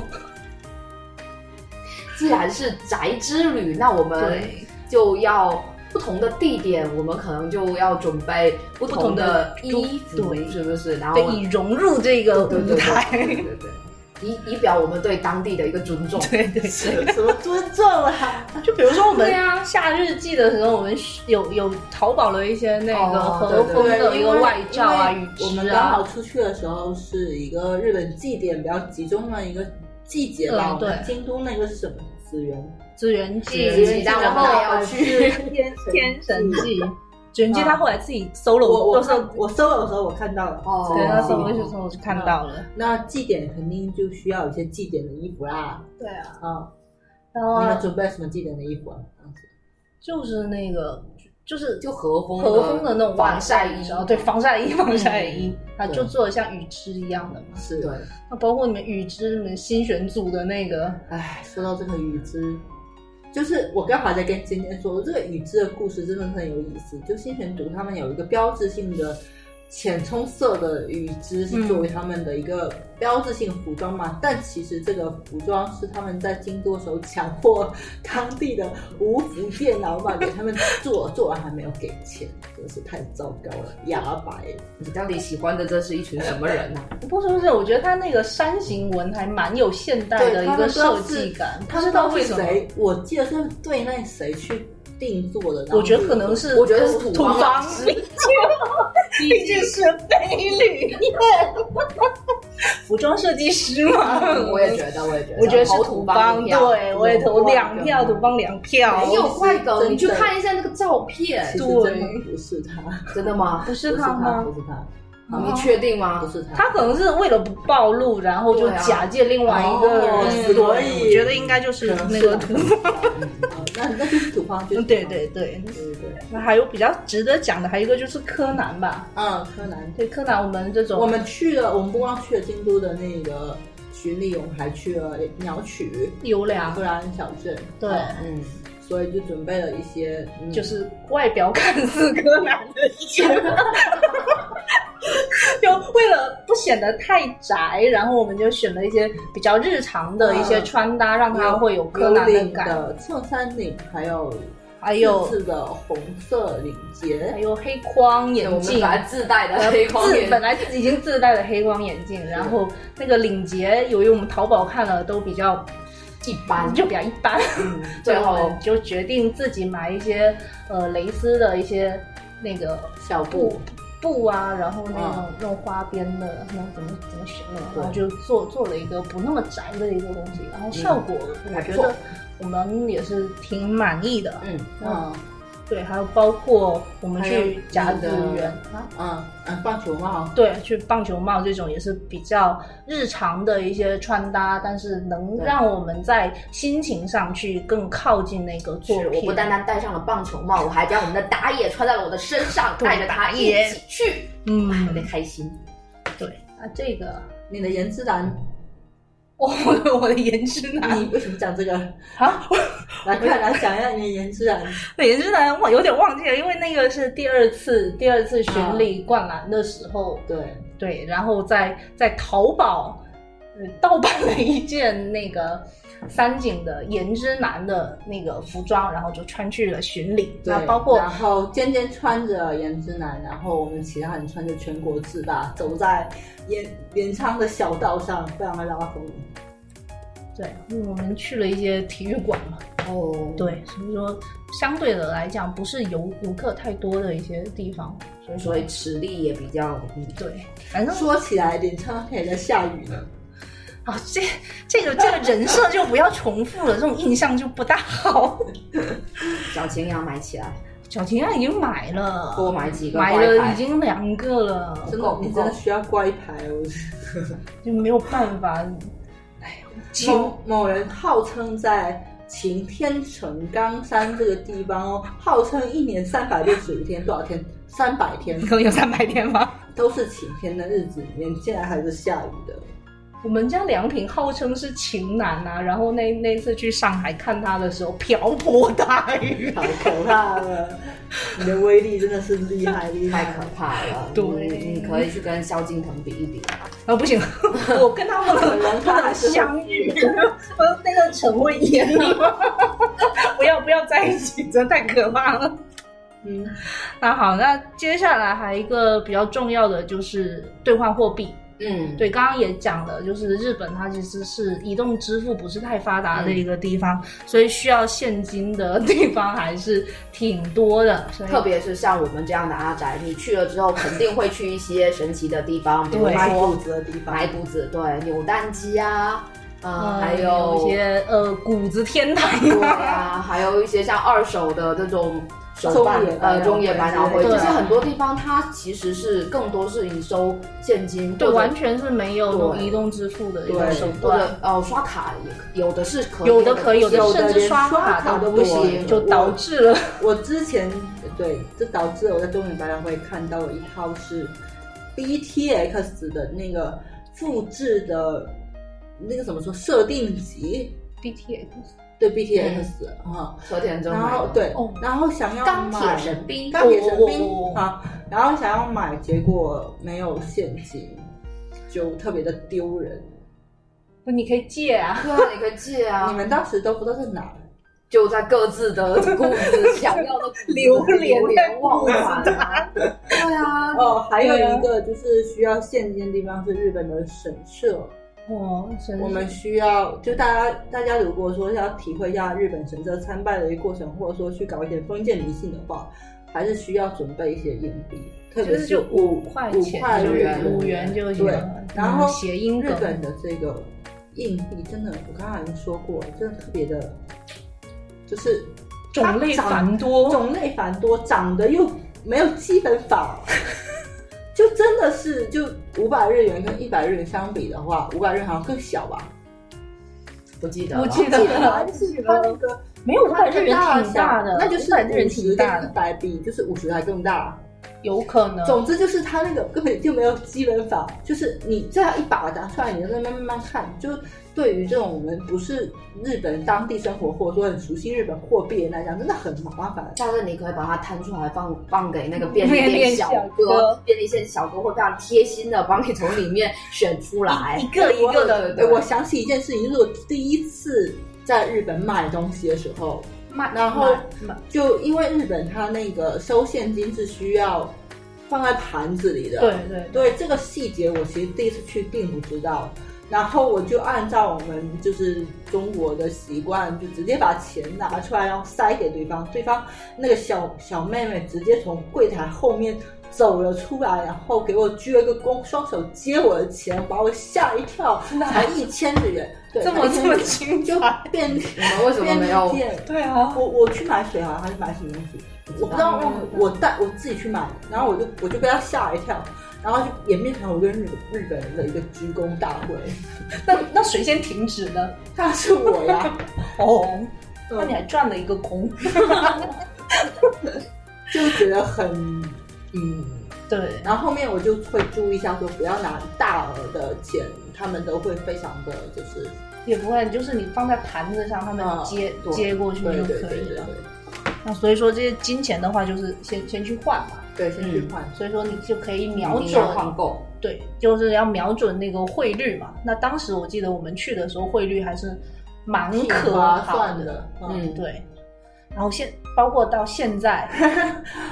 [SPEAKER 2] 既然是宅之旅，那我们
[SPEAKER 1] 对，
[SPEAKER 2] 就要不同的地点，我们可能就要准备不同的
[SPEAKER 1] 不同的
[SPEAKER 2] 衣服，
[SPEAKER 1] 对
[SPEAKER 2] 是不是？然后
[SPEAKER 1] 对，以融入这个
[SPEAKER 2] 对
[SPEAKER 1] 舞
[SPEAKER 2] 对对
[SPEAKER 1] 台。 [laughs]
[SPEAKER 2] 对对对，以以表我们对当地的一个尊重。
[SPEAKER 1] 对对对，
[SPEAKER 3] 什么尊重啊？
[SPEAKER 1] 就比如说我们
[SPEAKER 2] 对啊
[SPEAKER 1] 夏日记的时候，我们有有淘宝了一些那个
[SPEAKER 2] 哦
[SPEAKER 1] 和
[SPEAKER 2] 对
[SPEAKER 1] 风的一
[SPEAKER 3] 因
[SPEAKER 1] 个
[SPEAKER 3] 为
[SPEAKER 1] 外罩啊、
[SPEAKER 3] 因
[SPEAKER 1] 羽
[SPEAKER 3] 为我们
[SPEAKER 1] 织
[SPEAKER 3] 刚好
[SPEAKER 1] 啊，
[SPEAKER 3] 出去的时候是一个日本祭典比较集中的一个季节吧。
[SPEAKER 1] 嗯对
[SPEAKER 3] 我们京都那个是什么紫园，
[SPEAKER 1] 资源
[SPEAKER 2] 紫
[SPEAKER 1] 记
[SPEAKER 2] 源、记然后还有去
[SPEAKER 3] 天
[SPEAKER 1] 天神记。紫源记他后来自己 solo，
[SPEAKER 3] [laughs] 我我
[SPEAKER 1] 就是
[SPEAKER 3] 看我搜的时候我看到了，
[SPEAKER 2] 哦
[SPEAKER 1] 对，那时候
[SPEAKER 2] 我
[SPEAKER 1] 我就说我就看到了。
[SPEAKER 3] 那祭典肯定就需要有一些祭典的衣服啦，
[SPEAKER 1] 对啊，
[SPEAKER 3] 啊，
[SPEAKER 1] 然后
[SPEAKER 3] 你
[SPEAKER 1] 啊
[SPEAKER 3] 们准备了什么技能的衣服啊？当时
[SPEAKER 1] 就是那个就是
[SPEAKER 2] 就和风
[SPEAKER 1] 和风的那种
[SPEAKER 2] 防晒
[SPEAKER 1] 外
[SPEAKER 2] 衣
[SPEAKER 1] 套然后对防晒衣、防晒衣，啊，
[SPEAKER 3] 对
[SPEAKER 1] 就做的像羽织一样的嘛。
[SPEAKER 3] 是
[SPEAKER 2] 对，
[SPEAKER 1] 那包括你们羽织，你们新选组的那个，
[SPEAKER 3] 唉，哎说到这个雨之，就是我刚好在跟尖尖说，这个雨之的故事真的很有意思。就新选读他们有一个标志性的浅棕色的雨之是作为他们的一个标志性服装嘛，但其实这个服装是他们在京都的时候强迫当地的无服店老板给他们做，做完还没有给钱，真是太糟糕了，哑巴耶。
[SPEAKER 2] 你到底喜欢的这是一群什么人呢、
[SPEAKER 1] 不是不是，我觉得它那个山形纹还蛮有现代的
[SPEAKER 3] 对
[SPEAKER 1] 一
[SPEAKER 3] 他
[SPEAKER 1] 个
[SPEAKER 3] 们不知道
[SPEAKER 1] 设计
[SPEAKER 3] 是
[SPEAKER 1] 感，不
[SPEAKER 3] 他
[SPEAKER 1] 知
[SPEAKER 3] 知
[SPEAKER 1] 道
[SPEAKER 3] 道
[SPEAKER 1] 为
[SPEAKER 3] 是
[SPEAKER 1] 什么。
[SPEAKER 3] 谁，我记得是对那谁去定做的。然后
[SPEAKER 1] 我觉得可能是，
[SPEAKER 2] 我觉得是土
[SPEAKER 1] 土
[SPEAKER 2] 方
[SPEAKER 1] 方
[SPEAKER 2] 老，师
[SPEAKER 1] 毕竟毕竟是美女， [laughs] 服装设计师嘛。
[SPEAKER 2] 我也觉得，我也觉得，
[SPEAKER 1] 我觉得是
[SPEAKER 2] 好
[SPEAKER 1] 土
[SPEAKER 2] 方
[SPEAKER 1] 方，
[SPEAKER 2] 一票
[SPEAKER 1] 对我也投两票，土方两票。
[SPEAKER 2] 没有快梗，你去
[SPEAKER 3] 真的
[SPEAKER 2] 看一下那个照片
[SPEAKER 3] 其，实
[SPEAKER 1] 对
[SPEAKER 3] 真的不是他，
[SPEAKER 2] 真的吗？
[SPEAKER 1] 不
[SPEAKER 3] 不
[SPEAKER 1] 是
[SPEAKER 3] 是
[SPEAKER 1] 他
[SPEAKER 3] 他，
[SPEAKER 1] 吗
[SPEAKER 3] 不？是他，
[SPEAKER 2] 你确定
[SPEAKER 3] 不
[SPEAKER 2] 吗？
[SPEAKER 3] 是他，
[SPEAKER 1] 他可嗯能是为了不暴露，然后就
[SPEAKER 2] 对啊
[SPEAKER 1] 假借另外一个
[SPEAKER 3] 哦
[SPEAKER 1] 人，
[SPEAKER 3] 所以
[SPEAKER 1] 我觉得应该就是
[SPEAKER 3] 可能
[SPEAKER 1] 那
[SPEAKER 3] 是
[SPEAKER 1] 个
[SPEAKER 3] 他
[SPEAKER 1] 土。
[SPEAKER 3] 哦
[SPEAKER 1] [laughs]
[SPEAKER 3] 那那就是土方，就是土方
[SPEAKER 1] 对对对，
[SPEAKER 3] 对对，
[SPEAKER 1] 那还有比较值得讲的，还有一个就是柯南吧。
[SPEAKER 3] 嗯，柯南。
[SPEAKER 1] 对柯南，我们这种
[SPEAKER 3] 我们去了，我们不光去了京都的那个巡礼，我们还去了鸟取、
[SPEAKER 1] 优良
[SPEAKER 3] 富，兰小镇，
[SPEAKER 1] 对，
[SPEAKER 3] 嗯
[SPEAKER 2] 嗯，
[SPEAKER 3] 所以就准备了一些，
[SPEAKER 1] [laughs]
[SPEAKER 3] 嗯
[SPEAKER 1] 就是外表看似柯南的一些，就为了不显得太宅，然后我们就选了一些比较日常的一些
[SPEAKER 3] 嗯
[SPEAKER 1] 穿搭，让它会有柯
[SPEAKER 3] 有
[SPEAKER 1] 南的
[SPEAKER 3] 领
[SPEAKER 1] 感，
[SPEAKER 3] 的衬衫领，还有
[SPEAKER 1] 还有
[SPEAKER 3] 自制的红色领
[SPEAKER 1] 还
[SPEAKER 3] 结，
[SPEAKER 1] 有黑框
[SPEAKER 2] 对
[SPEAKER 1] 眼
[SPEAKER 2] 我们
[SPEAKER 1] 镜呃
[SPEAKER 2] 本。来自带的黑框
[SPEAKER 1] 自
[SPEAKER 2] 眼
[SPEAKER 1] 本来已经自带的黑框眼镜，然后那个领结，由于我们淘宝看了都比较
[SPEAKER 2] 一般，
[SPEAKER 1] 就比较一般，
[SPEAKER 2] 嗯
[SPEAKER 1] 最
[SPEAKER 2] [laughs] 最
[SPEAKER 1] 后我
[SPEAKER 2] 后
[SPEAKER 1] 们就决定自己买一些呃蕾丝的一些那个
[SPEAKER 3] 小布
[SPEAKER 1] 布布啊，然后那种
[SPEAKER 3] 嗯
[SPEAKER 1] 那种花边的，那怎么怎么选的，
[SPEAKER 3] 对
[SPEAKER 1] 然后就做做了一个不那么宅的一个东西，然后效果我
[SPEAKER 2] 还不
[SPEAKER 1] 觉
[SPEAKER 2] 错
[SPEAKER 1] 得我们也是挺满意的。
[SPEAKER 2] 嗯，
[SPEAKER 1] 嗯
[SPEAKER 3] 嗯，
[SPEAKER 1] 对，还有包括我们
[SPEAKER 3] 还有
[SPEAKER 1] 去甲子
[SPEAKER 3] 那个
[SPEAKER 1] 园啊，
[SPEAKER 3] 嗯嗯，棒球帽，
[SPEAKER 1] 对，去棒球帽这种也是比较日常的一些穿搭，但是能
[SPEAKER 3] 对
[SPEAKER 1] 让我们在心情上去更靠近那个作
[SPEAKER 2] 是，我
[SPEAKER 1] 品。
[SPEAKER 2] 不单单戴上了棒球帽，我还将我们的打野穿在了我的身上，
[SPEAKER 1] 对
[SPEAKER 2] 带着他一起去， [laughs] 特别
[SPEAKER 1] 嗯，
[SPEAKER 2] 开心。
[SPEAKER 1] 对，那这个。 [laughs]
[SPEAKER 3] 你的颜值男，
[SPEAKER 1] 我我的颜值男
[SPEAKER 3] 你为什么讲这个？ [laughs]
[SPEAKER 1] 啊，
[SPEAKER 3] 来，快来讲一下你的颜值男。
[SPEAKER 1] [laughs] 美颜之男，我有点忘记了，因为那个是第二次第二次巡礼灌篮的时候，
[SPEAKER 3] 对，
[SPEAKER 1] 对，然后在在淘宝、呃、盗版了一件那个三井的颜之男的那个服装，然后就穿去了巡礼，
[SPEAKER 3] 对
[SPEAKER 1] 那，包括
[SPEAKER 3] 然后尖尖穿着颜之男，然后我们其他人穿着全国自大，走在镰镰仓的小道上，非常的拉风。
[SPEAKER 1] 对，因为我们去了一些体育馆嘛，
[SPEAKER 2] 哦，
[SPEAKER 1] 对，所以说相对的来讲，不是游游客太多的一些地方，所以说
[SPEAKER 2] 所以实力也比较，嗯，
[SPEAKER 1] 对，反正
[SPEAKER 3] 说起来，镰仓还在下雨呢。
[SPEAKER 1] 啊，这这个这个人设就不要重复了，这种印象就不大好。
[SPEAKER 2] 小情要买起来，
[SPEAKER 1] 小情人已经买了，
[SPEAKER 2] 多买几个
[SPEAKER 1] 买
[SPEAKER 2] 乖乖
[SPEAKER 1] 了已经两个了，
[SPEAKER 3] 真
[SPEAKER 2] 不够
[SPEAKER 3] 的，你
[SPEAKER 2] 不
[SPEAKER 3] 真的
[SPEAKER 2] 够
[SPEAKER 3] 需要乖牌哦。
[SPEAKER 1] 就没有办法。哎，情
[SPEAKER 3] 某某人号称在晴天城冈山这个地方哦，号称一年三百六十五天，多少天？三百天
[SPEAKER 1] 可能有三百天吗？
[SPEAKER 3] 都是晴天的日子里面，竟然还是下雨的。
[SPEAKER 1] 我们家良品号称是情男啊，然后那那次去上海看他的时候，瓢泼大雨。
[SPEAKER 3] 好可怕了！你的威力真的是厉害厉
[SPEAKER 2] 太
[SPEAKER 3] 害
[SPEAKER 2] 可怕了。
[SPEAKER 1] 对
[SPEAKER 2] 你你可以去跟萧敬腾比一比。
[SPEAKER 1] 啊，不行，我跟他们可能不能相遇，我那个陈慧妍啊，不要不要在一起，真的太可怕了。
[SPEAKER 3] 嗯，
[SPEAKER 1] 那好，那接下来还有一个比较重要的就是兑换货币。
[SPEAKER 2] 嗯，
[SPEAKER 1] 对，刚刚也讲了，就是日本它其实是移动支付不是太发达
[SPEAKER 3] 嗯
[SPEAKER 1] 的一个地方，所以需要现金的地方还是挺多的。所以
[SPEAKER 2] 特别是像我们这样的阿宅，你去了之后肯定会去一些神奇的地方，比如
[SPEAKER 1] 对
[SPEAKER 3] 买
[SPEAKER 2] 说
[SPEAKER 3] 谷子的地方
[SPEAKER 2] 埋，谷子，对，扭蛋机啊，
[SPEAKER 1] 呃
[SPEAKER 2] 呃，还
[SPEAKER 1] 有一些呃谷子天堂
[SPEAKER 2] 对
[SPEAKER 3] [laughs]
[SPEAKER 1] 啊，
[SPEAKER 2] [laughs] 啊，还有一些像二手的这种手办
[SPEAKER 3] 中野
[SPEAKER 2] 呃
[SPEAKER 3] 班
[SPEAKER 2] 中野百脑汇，
[SPEAKER 1] 对
[SPEAKER 2] 就是很多地方它其实是更多是以收现金，
[SPEAKER 1] 对，
[SPEAKER 2] 或者
[SPEAKER 1] 完全是没有那种
[SPEAKER 2] 对
[SPEAKER 1] 移动支付的一种
[SPEAKER 3] 对
[SPEAKER 1] 手
[SPEAKER 2] 或
[SPEAKER 1] 段。
[SPEAKER 2] 者呃刷卡也可有的是可以，
[SPEAKER 1] 有的可以，有
[SPEAKER 2] 的
[SPEAKER 1] 的
[SPEAKER 2] 不行
[SPEAKER 1] 甚至
[SPEAKER 3] 连
[SPEAKER 1] 刷
[SPEAKER 3] 刷
[SPEAKER 1] 卡
[SPEAKER 3] 卡
[SPEAKER 1] 都
[SPEAKER 3] 都
[SPEAKER 1] 不
[SPEAKER 3] 不
[SPEAKER 1] 行，
[SPEAKER 3] 行
[SPEAKER 1] 就
[SPEAKER 3] 我
[SPEAKER 1] 导致了
[SPEAKER 3] [laughs] 我之前对，这导致我在中原博览会看到一套是 BTX 的那个复制的，那个怎么说设定集？
[SPEAKER 1] BTS
[SPEAKER 3] 对 BTX 啊、
[SPEAKER 2] 车田中
[SPEAKER 3] 然
[SPEAKER 2] 买
[SPEAKER 3] 后
[SPEAKER 2] 的
[SPEAKER 3] 对
[SPEAKER 1] 哦，
[SPEAKER 3] 然后想要
[SPEAKER 2] 钢铁
[SPEAKER 3] 买
[SPEAKER 2] 神兵
[SPEAKER 3] 钢铁神
[SPEAKER 1] 哦哦哦
[SPEAKER 3] 兵啊，然后想要买，结果没有现金，就特别的丢人。
[SPEAKER 1] 那你可以借啊，
[SPEAKER 2] 对啊，你可以借啊，
[SPEAKER 3] 你们当时都不知道在哪儿，
[SPEAKER 2] 就在各自的故事想要的
[SPEAKER 1] [laughs] 榴莲
[SPEAKER 2] 流连忘返啊，对啊，
[SPEAKER 3] 哦，还有一个就是需要现金的地方是日本的神社，
[SPEAKER 1] 哇，哦真是
[SPEAKER 3] 我们需要就大家大家如果说要体会一下日本神社参拜的一个过程，或者说去搞一点封建迷信的话，还是需要准备一些硬币，特
[SPEAKER 1] 就
[SPEAKER 3] 别
[SPEAKER 1] 是就是五
[SPEAKER 3] 五
[SPEAKER 1] 块
[SPEAKER 3] 五
[SPEAKER 1] 钱，
[SPEAKER 3] 块
[SPEAKER 1] 就是
[SPEAKER 3] 元
[SPEAKER 1] 五元就行
[SPEAKER 3] 对
[SPEAKER 1] 了。
[SPEAKER 3] 然后
[SPEAKER 1] 嗯谐音
[SPEAKER 3] 日
[SPEAKER 1] 梗，
[SPEAKER 3] 本的这个硬币真的，我刚才已经说过，真的特别的，就是
[SPEAKER 1] 种类
[SPEAKER 3] 它长
[SPEAKER 1] 繁多，
[SPEAKER 3] 种类繁多，长得又没有基本法， [laughs] 就真的是就五百日元跟一百日元相比的话，五百日元好像更小吧？
[SPEAKER 2] 不记得
[SPEAKER 1] 不
[SPEAKER 2] 了，
[SPEAKER 1] 记得了，
[SPEAKER 3] 但是它那个
[SPEAKER 1] 没有五百日元挺大的，
[SPEAKER 3] 那就
[SPEAKER 1] 五
[SPEAKER 3] 是
[SPEAKER 1] 百日元
[SPEAKER 3] 五十
[SPEAKER 1] 挺大
[SPEAKER 3] 跟一
[SPEAKER 1] 的，
[SPEAKER 3] 百比，就是五十还更大。
[SPEAKER 1] 有可能。
[SPEAKER 3] 总之就是它那个根本就没有基本法，就是你这样一把拿出来，你就在那边慢慢看。就对于这种我们不是日本当地生活，或者说很熟悉日本货币的人来讲，真的很麻烦。
[SPEAKER 2] 下次你可以把它摊出来放放给那个便
[SPEAKER 1] 便
[SPEAKER 2] 利
[SPEAKER 1] 利
[SPEAKER 2] 店
[SPEAKER 1] 店
[SPEAKER 2] 小
[SPEAKER 1] 小
[SPEAKER 2] 哥
[SPEAKER 1] 哥，
[SPEAKER 2] 便利店小哥会非常贴心的帮你从里面选出来
[SPEAKER 1] [laughs] 一。个一个的
[SPEAKER 2] 对
[SPEAKER 3] 哎我想起一件事情，就是我第一次在日本买东西的时候，
[SPEAKER 1] 卖，
[SPEAKER 3] 然后
[SPEAKER 1] 卖卖
[SPEAKER 3] 就因为日本它那个收现金是需要放在盘子里的，
[SPEAKER 1] 对对
[SPEAKER 3] 对这个细节，我其实第一次去并不知道。然后我就按照我们就是中国的习惯，就直接把钱拿出来，然后塞给对方。对方那个小小妹妹直接从柜台后面走了出来，然后给我鞠了个躬，双手接我的钱，把我吓一跳，才一千日元，对，
[SPEAKER 1] 这么这
[SPEAKER 3] 才1000日
[SPEAKER 1] 么
[SPEAKER 3] 元 [laughs]
[SPEAKER 1] 精
[SPEAKER 3] 就
[SPEAKER 1] 彩，
[SPEAKER 3] 便利
[SPEAKER 2] 你们为什么
[SPEAKER 3] 便
[SPEAKER 2] 没有
[SPEAKER 3] 利？店。
[SPEAKER 1] 对啊，
[SPEAKER 3] 我我去买水啊，还是买什么东西？我不知道，我带我自己去买的，然后我就我就被他吓一跳，然后就演变成我跟日本日本人的一个鞠躬大会。
[SPEAKER 1] 那那谁先停止呢？
[SPEAKER 3] 他是我呀，
[SPEAKER 1] 哦，那你
[SPEAKER 3] 嗯
[SPEAKER 1] 还赚了一个空，
[SPEAKER 3] 就觉得很嗯。
[SPEAKER 1] 对，
[SPEAKER 3] 然后后面我就会注意一下，说不要拿大额的钱，他们都会非常的就是
[SPEAKER 1] 也不会，就是你放在盘子上，他们
[SPEAKER 3] 嗯
[SPEAKER 1] 接
[SPEAKER 3] 对
[SPEAKER 1] 接过去
[SPEAKER 3] 对
[SPEAKER 1] 就
[SPEAKER 3] 对
[SPEAKER 1] 可
[SPEAKER 3] 对
[SPEAKER 1] 以
[SPEAKER 3] 对
[SPEAKER 1] 了。那所以说这些金钱的话，就是先先去换嘛，
[SPEAKER 3] 对，对先去换。
[SPEAKER 1] 所以说你就可以瞄
[SPEAKER 2] 秒
[SPEAKER 1] 准
[SPEAKER 2] 准
[SPEAKER 3] 嗯
[SPEAKER 2] 换购，
[SPEAKER 1] 对，就是要瞄准那个汇率嘛。那当时我记得我们去的时候，汇率还是蛮
[SPEAKER 3] 挺
[SPEAKER 1] 可
[SPEAKER 3] 划
[SPEAKER 1] 好
[SPEAKER 3] 算的，嗯，
[SPEAKER 2] 嗯，
[SPEAKER 1] 对。然后现包括到现在，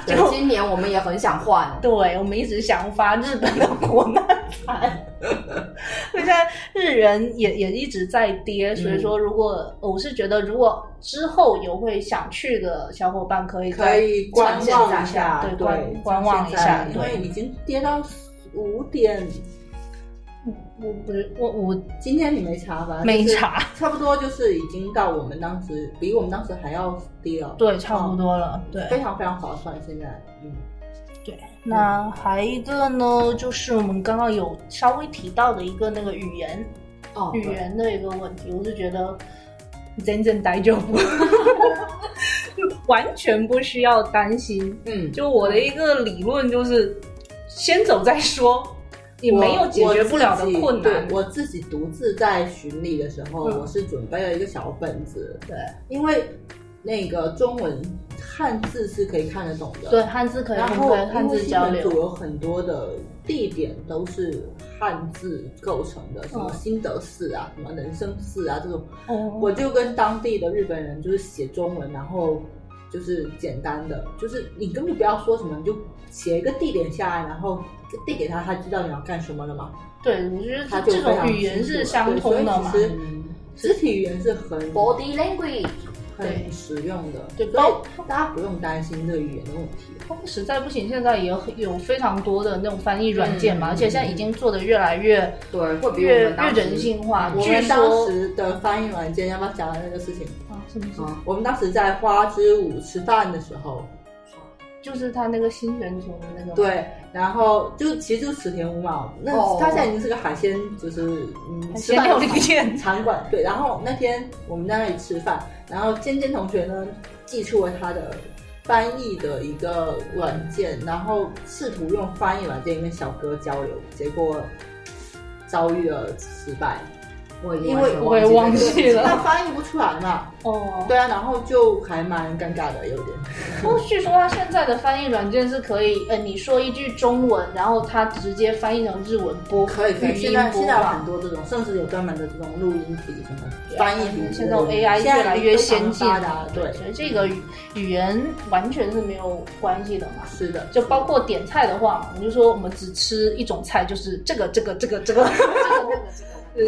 [SPEAKER 2] 对
[SPEAKER 1] 就
[SPEAKER 2] 今年我们也很想换，
[SPEAKER 1] 对我们一直想发日本的国难
[SPEAKER 3] [laughs]
[SPEAKER 1] 财，现在日元也也一直在跌，所以说如果、我是觉得，如果之后有会想去的小伙伴可以
[SPEAKER 3] 可
[SPEAKER 1] 再
[SPEAKER 3] 以观
[SPEAKER 1] 趁现在
[SPEAKER 3] 望一下，
[SPEAKER 1] 对
[SPEAKER 3] 对，
[SPEAKER 1] 观观望一
[SPEAKER 3] 趁现
[SPEAKER 1] 下
[SPEAKER 3] 在因
[SPEAKER 1] 对
[SPEAKER 3] 为已经跌到五点
[SPEAKER 1] 我不是我我
[SPEAKER 3] 今天你没查吧？
[SPEAKER 1] 没
[SPEAKER 3] 就是
[SPEAKER 1] 查，
[SPEAKER 3] 差不多就是已经到我们当时比我们当时还要低了，
[SPEAKER 1] 对，差不多了，对。
[SPEAKER 3] 非常非常划算。现在，嗯，
[SPEAKER 1] 对，那还一个呢，就是我们刚刚有稍微提到的一个那个语言
[SPEAKER 2] 哦，
[SPEAKER 1] 语言的一个问题，我是觉得真正待就 [laughs] 不，就完全不需要担心。
[SPEAKER 2] 嗯，
[SPEAKER 1] 就我的一个理论就是，先走再说，也没有解决不了的困难。
[SPEAKER 3] 我自己对我自己独自在巡礼的时候，
[SPEAKER 1] 嗯
[SPEAKER 3] 我是准备了一个小本子，
[SPEAKER 1] 对
[SPEAKER 3] 因为那个中文汉字是可以看得懂的，
[SPEAKER 1] 对，。汉字可以
[SPEAKER 3] 然
[SPEAKER 1] 分
[SPEAKER 3] 后
[SPEAKER 1] 开，，汉字交
[SPEAKER 3] 因为新闻组
[SPEAKER 1] 流。
[SPEAKER 3] 有很多的地点都是汉字构成的，什么
[SPEAKER 1] 嗯
[SPEAKER 3] 新德寺啊，什么人生寺啊这种。
[SPEAKER 1] 哦，
[SPEAKER 3] 我就跟当地的日本人就是写中文，然后就是简单的，就是你根本不要说什么，你就写一个地点下来，然后递给他，他知道你要干什么了嘛。
[SPEAKER 1] 对，我觉得
[SPEAKER 3] 他
[SPEAKER 1] 这
[SPEAKER 3] 就
[SPEAKER 1] 这
[SPEAKER 3] 非
[SPEAKER 1] 种
[SPEAKER 3] 常
[SPEAKER 1] 语言
[SPEAKER 3] 清楚
[SPEAKER 1] 是
[SPEAKER 3] 了
[SPEAKER 1] 相
[SPEAKER 3] 对
[SPEAKER 1] 通
[SPEAKER 3] 所以
[SPEAKER 1] 的
[SPEAKER 3] 其
[SPEAKER 1] 嘛。
[SPEAKER 3] 实
[SPEAKER 2] 嗯
[SPEAKER 3] 肢体语言是很
[SPEAKER 2] ，body language，
[SPEAKER 1] 对
[SPEAKER 3] 很实用的，
[SPEAKER 1] 对
[SPEAKER 3] 所
[SPEAKER 1] 包
[SPEAKER 3] 以大家不用担心这个语言的问题。
[SPEAKER 1] 实在不行，现在也有有非常多的那种翻译软件嘛，
[SPEAKER 2] 嗯
[SPEAKER 1] 而且现在已经做的越来越
[SPEAKER 2] 对，会比我
[SPEAKER 1] 越
[SPEAKER 2] 们
[SPEAKER 1] 越
[SPEAKER 2] 当
[SPEAKER 1] 人
[SPEAKER 2] 时
[SPEAKER 1] 性化。
[SPEAKER 3] 我
[SPEAKER 1] 啊据
[SPEAKER 3] 们当
[SPEAKER 1] 说
[SPEAKER 3] 时的翻译软件要不要讲到那个事情？
[SPEAKER 1] 啊，什么
[SPEAKER 2] 啊
[SPEAKER 3] 我们当时在花之舞吃饭的时候，
[SPEAKER 1] 就是他那个新选组的那个，，
[SPEAKER 3] 对，然后就其实就是池田五毛，那
[SPEAKER 2] 哦
[SPEAKER 3] 他现在已经是个海鲜，就是嗯，吃
[SPEAKER 1] 先
[SPEAKER 3] 饭
[SPEAKER 1] 料理店，
[SPEAKER 3] 餐馆对。然后那天我们在那里吃饭，然后尖尖同学呢寄出了他的翻译的一个软件，然后试图用翻译软件跟小哥交流，结果遭遇了失
[SPEAKER 1] [laughs]
[SPEAKER 3] 败，
[SPEAKER 2] 我
[SPEAKER 3] 因为
[SPEAKER 1] 我也忘记了
[SPEAKER 3] 他翻译不出来嘛。
[SPEAKER 1] 哦，
[SPEAKER 3] 对啊，然后就还蛮尴尬的，有点。
[SPEAKER 1] 不过据说他现在的翻译软件是可以，呃，你说一句中文，然后他直接翻译成日文播，
[SPEAKER 3] 可以可以，
[SPEAKER 1] 语音
[SPEAKER 3] 现在
[SPEAKER 1] 播
[SPEAKER 3] 现在有
[SPEAKER 1] 放
[SPEAKER 3] 很多这种，甚至有专门的这种录音笔什么
[SPEAKER 1] 对啊
[SPEAKER 3] 翻译笔之类
[SPEAKER 1] 现
[SPEAKER 3] 的，
[SPEAKER 1] 在 AI
[SPEAKER 3] 现在
[SPEAKER 1] 越来越先进
[SPEAKER 3] 非常发达，对，
[SPEAKER 1] 所以这个语语言完全是没有关系的嘛。
[SPEAKER 3] 是的，
[SPEAKER 1] 就包括点菜的话，我们就说我们只吃一种菜，就是这个这个这个这个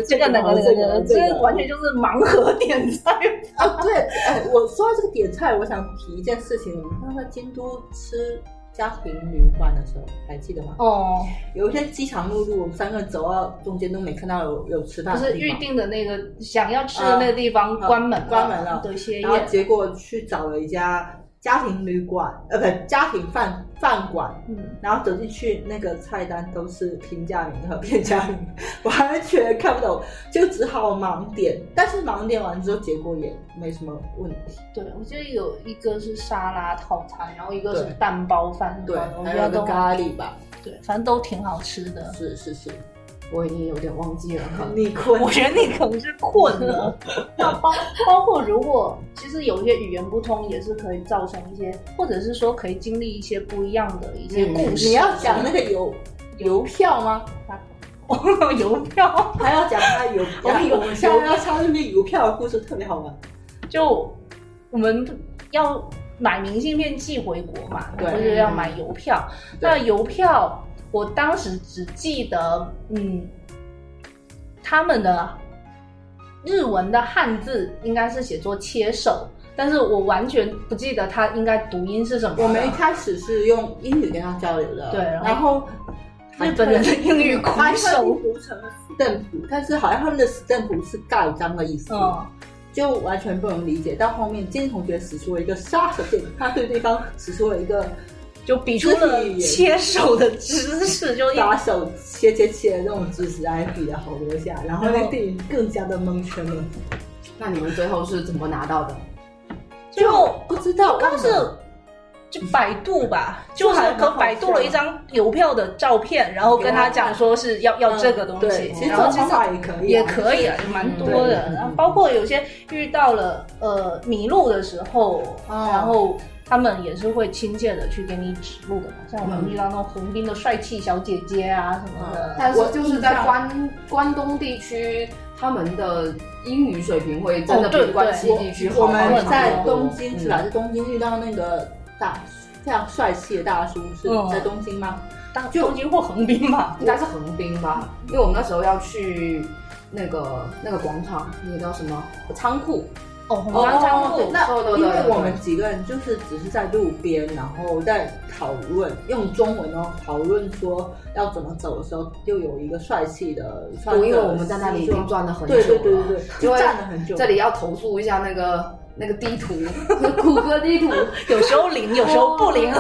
[SPEAKER 1] 这个那个那个，这个完全就是盲盒点菜。
[SPEAKER 3] 啊，对，哎，我说到这个点菜，我想提一件事情，我们刚刚在京都吃。家庭旅馆的时候，还记得吗？
[SPEAKER 1] 哦，
[SPEAKER 3] 有一天饥肠辘辘，我们三个走到中间都没看到有有吃
[SPEAKER 1] 就
[SPEAKER 3] 饭的
[SPEAKER 1] 是
[SPEAKER 3] 嗯地
[SPEAKER 1] 预
[SPEAKER 3] 方，
[SPEAKER 1] 定的那个想要吃的那个地方
[SPEAKER 3] 啊
[SPEAKER 1] 关门
[SPEAKER 3] 关门了
[SPEAKER 1] 的一些
[SPEAKER 3] 然后
[SPEAKER 1] 宴，
[SPEAKER 3] 结果去找了一家家庭旅馆，呃，不，家庭饭饭馆，
[SPEAKER 1] 嗯，
[SPEAKER 3] 然后走进去，那个菜单都是平价名和片价名，完全看不懂，就只好盲点。但是盲点完之后，结果也没什么问题。
[SPEAKER 1] 对，我记得有一个是沙拉套餐，然后一个是
[SPEAKER 3] 对
[SPEAKER 1] 蛋包饭，
[SPEAKER 3] 对
[SPEAKER 1] 我，觉
[SPEAKER 3] 还有
[SPEAKER 1] 得
[SPEAKER 3] 个
[SPEAKER 1] 都
[SPEAKER 3] 咖喱吧，
[SPEAKER 1] 对，反正都挺好吃的。 [laughs]
[SPEAKER 3] 是是是，
[SPEAKER 2] [laughs] 我已经有点忘记了。
[SPEAKER 3] 你困
[SPEAKER 1] 我觉得你可能是困了。 [laughs] 那包包括如果其实有一些语言不通，也是可以造成一些，或者是说可以经历一些不一样的一些故事。
[SPEAKER 3] 嗯你要讲
[SPEAKER 1] [laughs]
[SPEAKER 3] 那个邮邮票吗？
[SPEAKER 1] 那邮票，
[SPEAKER 3] 还要讲他邮票？
[SPEAKER 1] 我以为
[SPEAKER 3] 我们下面要插入那邮票的故事，特别好玩。
[SPEAKER 1] 就我们要买明信片寄回国嘛，
[SPEAKER 3] 对
[SPEAKER 1] 就是要买邮票。
[SPEAKER 3] 对
[SPEAKER 1] 那邮票，我当时只记得，嗯，他们的日文的汉字应该是写作切手。但是我完全不记得它应该读音是什么了。
[SPEAKER 3] 我们一开始是用英语跟他交流的，
[SPEAKER 1] 对
[SPEAKER 3] 然后
[SPEAKER 1] 日本人的英语苦
[SPEAKER 3] 还特地
[SPEAKER 1] 手，
[SPEAKER 3] 涂成了 stamp，但是好像他们的 stamp 是盖章的意思。
[SPEAKER 1] 嗯，
[SPEAKER 3] 就完全不能理解。到后面，金同学使出了一个杀手锏，他对对方使出了一个
[SPEAKER 1] 就比出了切手的姿势，就一
[SPEAKER 3] [laughs] 打手切切切的那种姿势，来比了好多下，然后那电影更加的蒙圈了。
[SPEAKER 2] 那你们最后是怎么拿到的？
[SPEAKER 1] 就
[SPEAKER 3] 不知道，
[SPEAKER 1] 刚是
[SPEAKER 3] 忘了
[SPEAKER 1] 就百度吧，
[SPEAKER 3] 就
[SPEAKER 1] 就是
[SPEAKER 3] 还蛮好
[SPEAKER 1] 可百度了一张邮票的照片，然后跟他讲说是要要这个东西
[SPEAKER 3] 嗯对，其实这
[SPEAKER 1] 然后
[SPEAKER 3] 种
[SPEAKER 1] 其
[SPEAKER 3] 方
[SPEAKER 1] 实
[SPEAKER 3] 法也可以、
[SPEAKER 1] 也可以啊，蛮多的。
[SPEAKER 3] 嗯对
[SPEAKER 1] 然后包括有些遇到了呃迷路的时候，
[SPEAKER 3] 哦
[SPEAKER 1] 然后。他们也是会亲切的去给你指路的嘛，像我们
[SPEAKER 2] 嗯
[SPEAKER 1] 遇到那种横滨的帅气小姐姐啊什么的，
[SPEAKER 2] 但
[SPEAKER 3] 我
[SPEAKER 2] 是就是在关关东地区，他们的英语水平会真的
[SPEAKER 1] 哦对
[SPEAKER 2] 比关西
[SPEAKER 1] 对
[SPEAKER 2] 地区好
[SPEAKER 3] 我
[SPEAKER 2] 很
[SPEAKER 3] 们
[SPEAKER 2] 多
[SPEAKER 3] 在东京
[SPEAKER 2] 嗯
[SPEAKER 3] 是吧？在东京遇到那个大非常帅气的大叔，是
[SPEAKER 1] 嗯
[SPEAKER 3] 在东京吗？
[SPEAKER 1] 大东京或横滨嘛，
[SPEAKER 2] 应该是横滨吧，因为我们那时候要去那个那个广场，那个叫什么仓库，
[SPEAKER 1] 哦，横滨仓库
[SPEAKER 3] 对那
[SPEAKER 2] 哦对对对
[SPEAKER 3] 因为
[SPEAKER 2] 对对
[SPEAKER 3] 我们几个人就是只是在路边，然后在讨论用中文哦讨论说要怎么走的时候，又有一个帅气的，
[SPEAKER 2] 对，因为我们在那里已经转了很久
[SPEAKER 3] 对
[SPEAKER 2] 了，
[SPEAKER 3] 对对对对，
[SPEAKER 2] 因
[SPEAKER 3] 就
[SPEAKER 2] 为
[SPEAKER 3] 站了很久。
[SPEAKER 2] 这里要投诉一下那个那个地图， [laughs] 谷歌地图，
[SPEAKER 1] 有时候灵，有时候不灵。